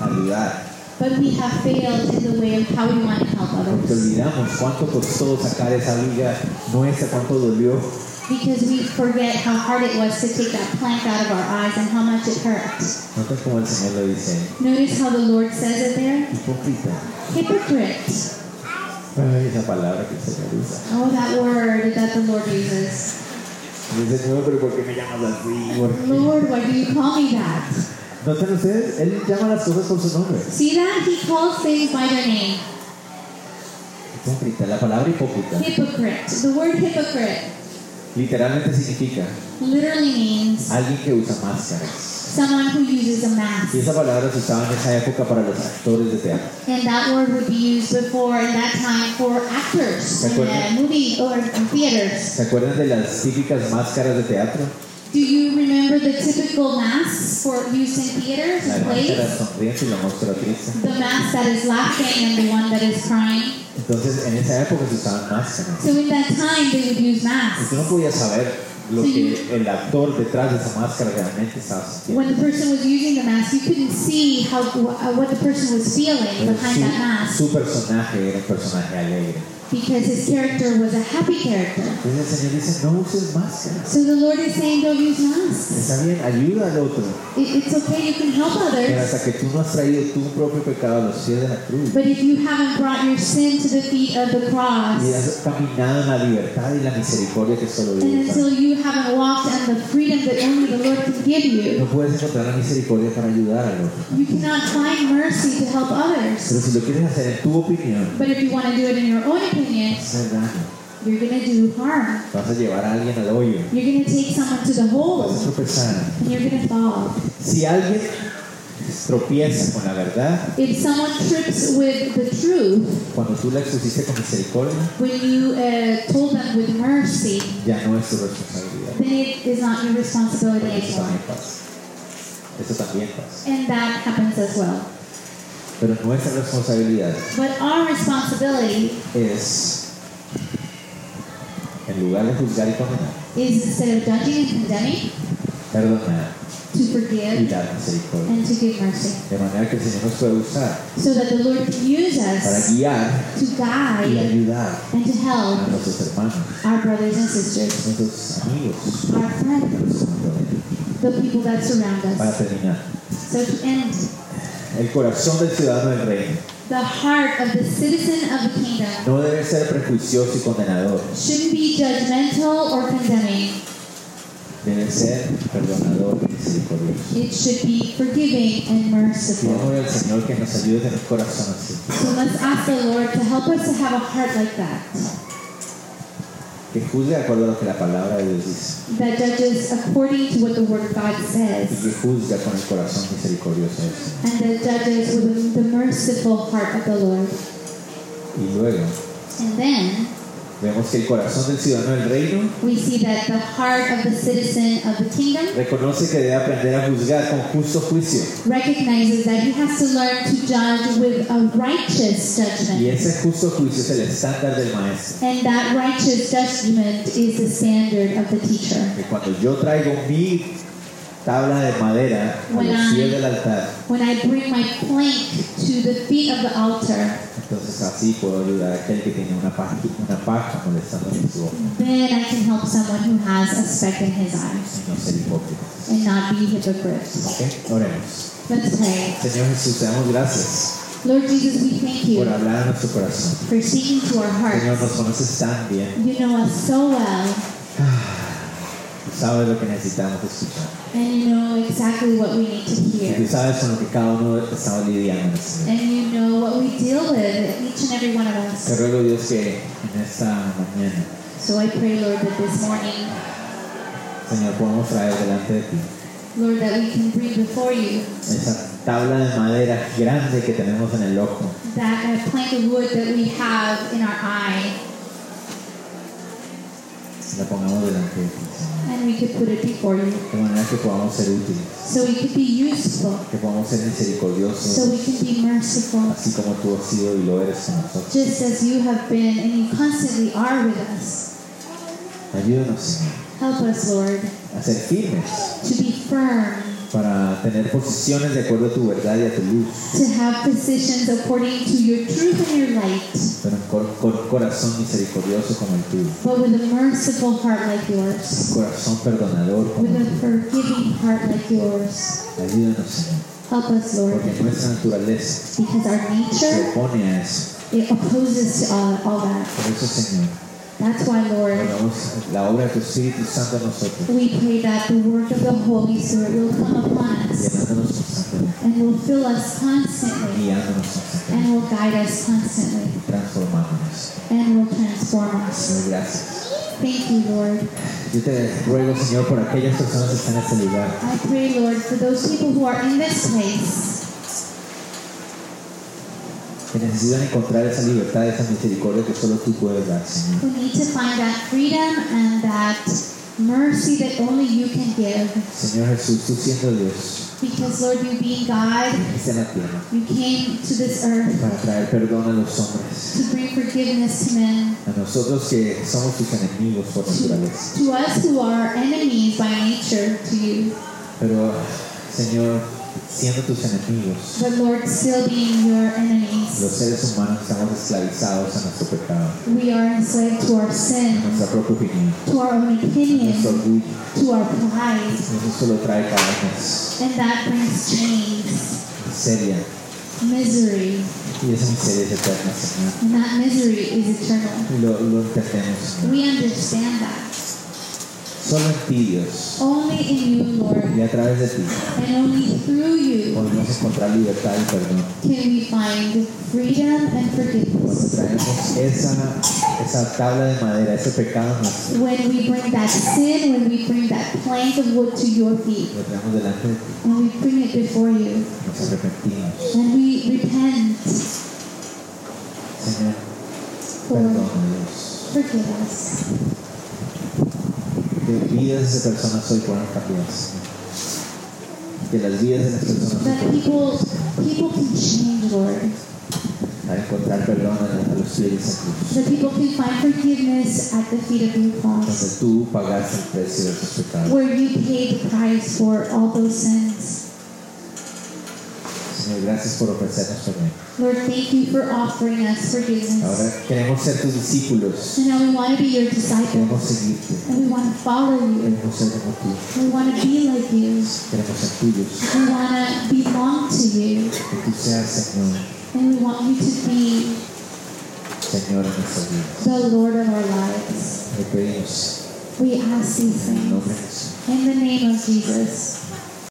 [SPEAKER 1] ayudar.
[SPEAKER 4] But we have failed in the way of how we want to help
[SPEAKER 1] Porque
[SPEAKER 4] others
[SPEAKER 1] olvidamos cuánto costó sacar esa viga nuestra, cuánto dolió.
[SPEAKER 4] because we forget how hard it was to take that plank out of our eyes and how much it hurt.
[SPEAKER 1] Noten como el Señor lo dice,
[SPEAKER 4] Notice how the Lord says it there?
[SPEAKER 1] hipócrita.
[SPEAKER 4] Hypocrite.
[SPEAKER 1] Ay, esa palabra que el Señor usa.
[SPEAKER 4] Oh, that word that the Lord uses.
[SPEAKER 1] Y dice, Señor, pero ¿por qué me llamas así? ¿Por qué?"
[SPEAKER 4] Lord, why do you call me that?
[SPEAKER 1] Noten ustedes, Él llama las cosas por su nombre.
[SPEAKER 4] See that? He calls things by their name.
[SPEAKER 1] Hipócrita, la palabra hipócrita
[SPEAKER 4] Hypocrite. The word hypocrite
[SPEAKER 1] literalmente significa
[SPEAKER 4] literally means
[SPEAKER 1] alguien que usa máscaras.
[SPEAKER 4] someone who uses a
[SPEAKER 1] Y
[SPEAKER 4] mask.
[SPEAKER 1] esa palabra se usaba en esa época para los actores de teatro.
[SPEAKER 4] And that word would be used before in that time for actors in
[SPEAKER 1] Recuerda.
[SPEAKER 4] the movie or in theaters.
[SPEAKER 1] ¿Se acuerdan de las típicas máscaras de teatro?
[SPEAKER 4] Do you remember the typical masks for use in theaters
[SPEAKER 1] La
[SPEAKER 4] and
[SPEAKER 1] máscara
[SPEAKER 4] plays?
[SPEAKER 1] sonriente y la máscara triste.
[SPEAKER 4] The mask that is laughing and the one that is crying.
[SPEAKER 1] Entonces, en esa época se usaban máscaras.
[SPEAKER 4] So in that time, they would use
[SPEAKER 1] Y tú
[SPEAKER 4] masks.
[SPEAKER 1] no podías saber lo que el actor detrás de esa máscara realmente estaba sintiendo.
[SPEAKER 4] When the person was using the mask, you couldn't see how wh- what the person was feeling
[SPEAKER 1] Pero
[SPEAKER 4] behind that mask
[SPEAKER 1] Su, su personaje era un personaje alegre.
[SPEAKER 4] because his character was a happy character.
[SPEAKER 1] Entonces el Señor dice, no uses máscaras.
[SPEAKER 4] So the Lord is saying, don't use masks.
[SPEAKER 1] Está bien, ayuda al otro.
[SPEAKER 4] It, it's okay, you can help
[SPEAKER 1] Pero
[SPEAKER 4] others,
[SPEAKER 1] hasta que tú no has traído tu propio pecado a los pies de la cruz
[SPEAKER 4] but if you haven't brought your sin to the feet of the
[SPEAKER 1] y
[SPEAKER 4] cross,
[SPEAKER 1] has caminado en la libertad y la misericordia que solo
[SPEAKER 4] and
[SPEAKER 1] Dios
[SPEAKER 4] until
[SPEAKER 1] da,
[SPEAKER 4] you haven't walked in the freedom that only the Lord can give you,
[SPEAKER 1] no puedes encontrar la misericordia para ayudar al otro.
[SPEAKER 4] You cannot find mercy to help
[SPEAKER 1] Pero
[SPEAKER 4] others.
[SPEAKER 1] si lo quieres hacer en tu opinión,
[SPEAKER 4] But if you want to do it in your own opinion,
[SPEAKER 1] vas a hacer daño.
[SPEAKER 4] you're going to do harm.
[SPEAKER 1] Vas a llevar a alguien al hoyo.
[SPEAKER 4] You're going to take someone to the
[SPEAKER 1] Vas a
[SPEAKER 4] hole
[SPEAKER 1] tropezar.
[SPEAKER 4] and you're going to fall.
[SPEAKER 1] Si alguien tropieza con la verdad,
[SPEAKER 4] If someone trips with the truth,
[SPEAKER 1] cuando tú la expusiste con misericordia,
[SPEAKER 4] when you uh, told them with mercy,
[SPEAKER 1] ya no es tu responsabilidad.
[SPEAKER 4] then it is not your responsibility
[SPEAKER 1] Porque eso
[SPEAKER 4] anymore.
[SPEAKER 1] también pasa. Eso también pasa.
[SPEAKER 4] And that happens as well.
[SPEAKER 1] Pero nuestra responsabilidad
[SPEAKER 4] But our responsibility
[SPEAKER 1] es, en lugar de juzgar y condenar,
[SPEAKER 4] is instead of judging and condemning,
[SPEAKER 1] perdonar
[SPEAKER 4] to
[SPEAKER 1] y
[SPEAKER 4] forgive
[SPEAKER 1] dar misericordia.
[SPEAKER 4] and to give mercy.
[SPEAKER 1] De manera que el Señor nos puede usar
[SPEAKER 4] So that the Lord can use
[SPEAKER 1] para
[SPEAKER 4] us
[SPEAKER 1] guiar
[SPEAKER 4] to
[SPEAKER 1] y
[SPEAKER 4] guide
[SPEAKER 1] ayudar
[SPEAKER 4] and to help
[SPEAKER 1] a nuestros hermanos,
[SPEAKER 4] our brothers and sisters,
[SPEAKER 1] a nuestros amigos,
[SPEAKER 4] our
[SPEAKER 1] a
[SPEAKER 4] friends,
[SPEAKER 1] nuestros familiares.
[SPEAKER 4] the people that surround
[SPEAKER 1] Para
[SPEAKER 4] us.
[SPEAKER 1] terminar,
[SPEAKER 4] So to end,
[SPEAKER 1] el corazón del ciudadano del reino
[SPEAKER 4] the heart of the citizen of the kingdom
[SPEAKER 1] no debe ser prejuicioso y condenador,
[SPEAKER 4] shouldn't be judgmental or condemning.
[SPEAKER 1] debe ser perdonador y misericordioso.
[SPEAKER 4] It should be forgiving and merciful.
[SPEAKER 1] Pidámosle al Señor que nos ayude a tener un corazón así.
[SPEAKER 4] So let's ask the Lord to help us to have a heart like that,
[SPEAKER 1] que juzgue de acuerdo a lo que la palabra de Dios dice
[SPEAKER 4] that judges according to what the Word of God
[SPEAKER 1] y
[SPEAKER 4] says,
[SPEAKER 1] que juzga con el corazón misericordioso del Señor.
[SPEAKER 4] and that judges with the merciful heart of the Lord.
[SPEAKER 1] Y luego
[SPEAKER 4] And then
[SPEAKER 1] vemos que el corazón del ciudadano del reino
[SPEAKER 4] we see that the heart of the citizen of the kingdom
[SPEAKER 1] reconoce que debe aprender a juzgar con justo juicio
[SPEAKER 4] recognizes that he has to learn to judge with a righteous
[SPEAKER 1] y
[SPEAKER 4] judgment.
[SPEAKER 1] ese justo juicio es el estándar del maestro.
[SPEAKER 4] And that righteous judgment is the standard of the teacher.
[SPEAKER 1] Que cuando yo traigo mi tabla de madera a los pies del altar,
[SPEAKER 4] When I bring my plank to the feet of the altar,
[SPEAKER 1] entonces así puedo ayudar a aquel que tiene una paja, una paja molestando en su ojo
[SPEAKER 4] then I can help someone who has a speck in his eye
[SPEAKER 1] y no ser hipócrita.
[SPEAKER 4] and not be hypocrites.
[SPEAKER 1] ¿Ok? Oremos.
[SPEAKER 4] Let's pray.
[SPEAKER 1] Señor Jesús, te damos gracias
[SPEAKER 4] Lord Jesus, we thank
[SPEAKER 1] por
[SPEAKER 4] you
[SPEAKER 1] hablar a nuestro corazón.
[SPEAKER 4] for speaking to our
[SPEAKER 1] Señor, nos
[SPEAKER 4] hearts.
[SPEAKER 1] conoces tan bien.
[SPEAKER 4] You know us so well,
[SPEAKER 1] Tú sabes lo que necesitamos escuchar.
[SPEAKER 4] and you know exactly what we need to
[SPEAKER 1] Y tú
[SPEAKER 4] hear.
[SPEAKER 1] sabes con lo que cada uno estamos lidiando, Señor.
[SPEAKER 4] And you know what we deal with, each and every one of us.
[SPEAKER 1] Te ruego, Dios, que en esta mañana,
[SPEAKER 4] So I pray, Lord, that this morning,
[SPEAKER 1] Señor, podamos traer delante de ti
[SPEAKER 4] Lord, that we can bring before you
[SPEAKER 1] esa tabla de madera grande que tenemos en el ojo.
[SPEAKER 4] that uh, plank of wood that we have in our eye,
[SPEAKER 1] La pongamos delante de ti, Señor.
[SPEAKER 4] and we could put it before you,
[SPEAKER 1] De manera que podamos ser útiles,
[SPEAKER 4] so we could be useful,
[SPEAKER 1] que podamos ser
[SPEAKER 4] so
[SPEAKER 1] misericordiosos,
[SPEAKER 4] we can be merciful,
[SPEAKER 1] así como tú has sido y lo eres con nosotros.
[SPEAKER 4] just as you have been and you constantly are with us.
[SPEAKER 1] Ayúdanos, Señor,
[SPEAKER 4] Help us, Lord,
[SPEAKER 1] a ser firmes
[SPEAKER 4] to be firm
[SPEAKER 1] para tener posiciones de acuerdo a tu verdad y a tu luz,
[SPEAKER 4] to have positions according to your truth and your light,
[SPEAKER 1] pero con, con corazón misericordioso como el tuyo,
[SPEAKER 4] but with a merciful heart like yours,
[SPEAKER 1] corazón perdonador como
[SPEAKER 4] with
[SPEAKER 1] el
[SPEAKER 4] a
[SPEAKER 1] tuyo.
[SPEAKER 4] forgiving heart like yours.
[SPEAKER 1] Ayúdanos, Señor,
[SPEAKER 4] Help us, Lord,
[SPEAKER 1] porque nuestra naturaleza
[SPEAKER 4] because our
[SPEAKER 1] se
[SPEAKER 4] nature,
[SPEAKER 1] opone a eso.
[SPEAKER 4] it opposes to all, all that.
[SPEAKER 1] Por eso, Señor,
[SPEAKER 4] That's why, Lord,
[SPEAKER 1] oramos la obra de tu Espíritu Santo en nosotros,
[SPEAKER 4] we pray that the work of the Holy Spirit will come upon us
[SPEAKER 1] llenándonos constantemente,
[SPEAKER 4] and will fill us constantly
[SPEAKER 1] guiándonos constantemente,
[SPEAKER 4] and will guide us constantly
[SPEAKER 1] transformándonos.
[SPEAKER 4] and will transform us.
[SPEAKER 1] Señor, gracias.
[SPEAKER 4] Thank you, Lord.
[SPEAKER 1] Yo te ruego, Señor, por aquellas personas que están en este lugar.
[SPEAKER 4] I pray, Lord, for those people who are in this place
[SPEAKER 1] que necesitan encontrar esa libertad, esa misericordia que solo tú puedes dar, Señor.
[SPEAKER 4] who need to find that freedom and that mercy that only you can give.
[SPEAKER 1] Señor Jesús, tú siendo Dios,
[SPEAKER 4] Because, Lord, you being God,
[SPEAKER 1] viniste a la tierra
[SPEAKER 4] you came to this earth
[SPEAKER 1] para traer perdón a los hombres,
[SPEAKER 4] to bring forgiveness to men,
[SPEAKER 1] a nosotros que somos tus enemigos por naturaleza.
[SPEAKER 4] to us who are enemies by nature to you.
[SPEAKER 1] Pero, Señor, siendo tus enemigos,
[SPEAKER 4] But, Lord, still being your
[SPEAKER 1] los
[SPEAKER 4] enemies,
[SPEAKER 1] seres humanos estamos esclavizados a nuestro pecado,
[SPEAKER 4] we are enslaved to our
[SPEAKER 1] a
[SPEAKER 4] sin,
[SPEAKER 1] nuestra propia opinión,
[SPEAKER 4] to our own
[SPEAKER 1] a nuestro
[SPEAKER 4] opinion,
[SPEAKER 1] orgullo.
[SPEAKER 4] to our pride,
[SPEAKER 1] Y Eso solo trae cadenas
[SPEAKER 4] and that brings chains,
[SPEAKER 1] miseria,
[SPEAKER 4] misery.
[SPEAKER 1] y esa miseria es eterna, Señor.
[SPEAKER 4] And that misery is eternal.
[SPEAKER 1] Y lo, lo entendemos, Señor.
[SPEAKER 4] We understand that.
[SPEAKER 1] Solo en ti, Dios,
[SPEAKER 4] Only in you, Lord,
[SPEAKER 1] y a través de ti.
[SPEAKER 4] and only through you
[SPEAKER 1] podemos encontrar libertad y perdón.
[SPEAKER 4] can we find freedom and
[SPEAKER 1] Cuando
[SPEAKER 4] forgiveness.
[SPEAKER 1] traemos esa, esa tabla de madera, ese pecado nuestro,
[SPEAKER 4] When we bring that sin, when we bring that plank of wood to your feet,
[SPEAKER 1] lo traemos delante de ti,
[SPEAKER 4] and we bring it before you,
[SPEAKER 1] nos arrepentimos.
[SPEAKER 4] and we repent,
[SPEAKER 1] Señor, perdónanos.
[SPEAKER 4] forgive us.
[SPEAKER 1] Que vidas de personas hoy puedan cambiar, Señor. Que las vidas de las personas hoy
[SPEAKER 4] That people, people can change, Lord.
[SPEAKER 1] puedan encontrar perdón a a los fieles a cruz.
[SPEAKER 4] That people can find forgiveness at the feet of your
[SPEAKER 1] Donde
[SPEAKER 4] cross,
[SPEAKER 1] tú pagaste el precio de tus pecados.
[SPEAKER 4] where you paid the price for all those sins.
[SPEAKER 1] Señor, gracias por ofrecernos perdón.
[SPEAKER 4] Lord, thank you for offering us forgiveness.
[SPEAKER 1] Ahora queremos ser tus discípulos.
[SPEAKER 4] And now we want to be your
[SPEAKER 1] Queremos
[SPEAKER 4] disciples.
[SPEAKER 1] seguirte.
[SPEAKER 4] And we want to follow you.
[SPEAKER 1] Queremos ser como tú.
[SPEAKER 4] We want to be like you.
[SPEAKER 1] Queremos ser tuyos.
[SPEAKER 4] We want to belong to you.
[SPEAKER 1] Que tú seas, Señor,
[SPEAKER 4] And we want you to be
[SPEAKER 1] Señor en nuestras vidas.
[SPEAKER 4] the Lord of our lives.
[SPEAKER 1] Te pedimos
[SPEAKER 4] We ask these
[SPEAKER 1] en el nombre de
[SPEAKER 4] things
[SPEAKER 1] Jesús.
[SPEAKER 4] in the name of Jesus.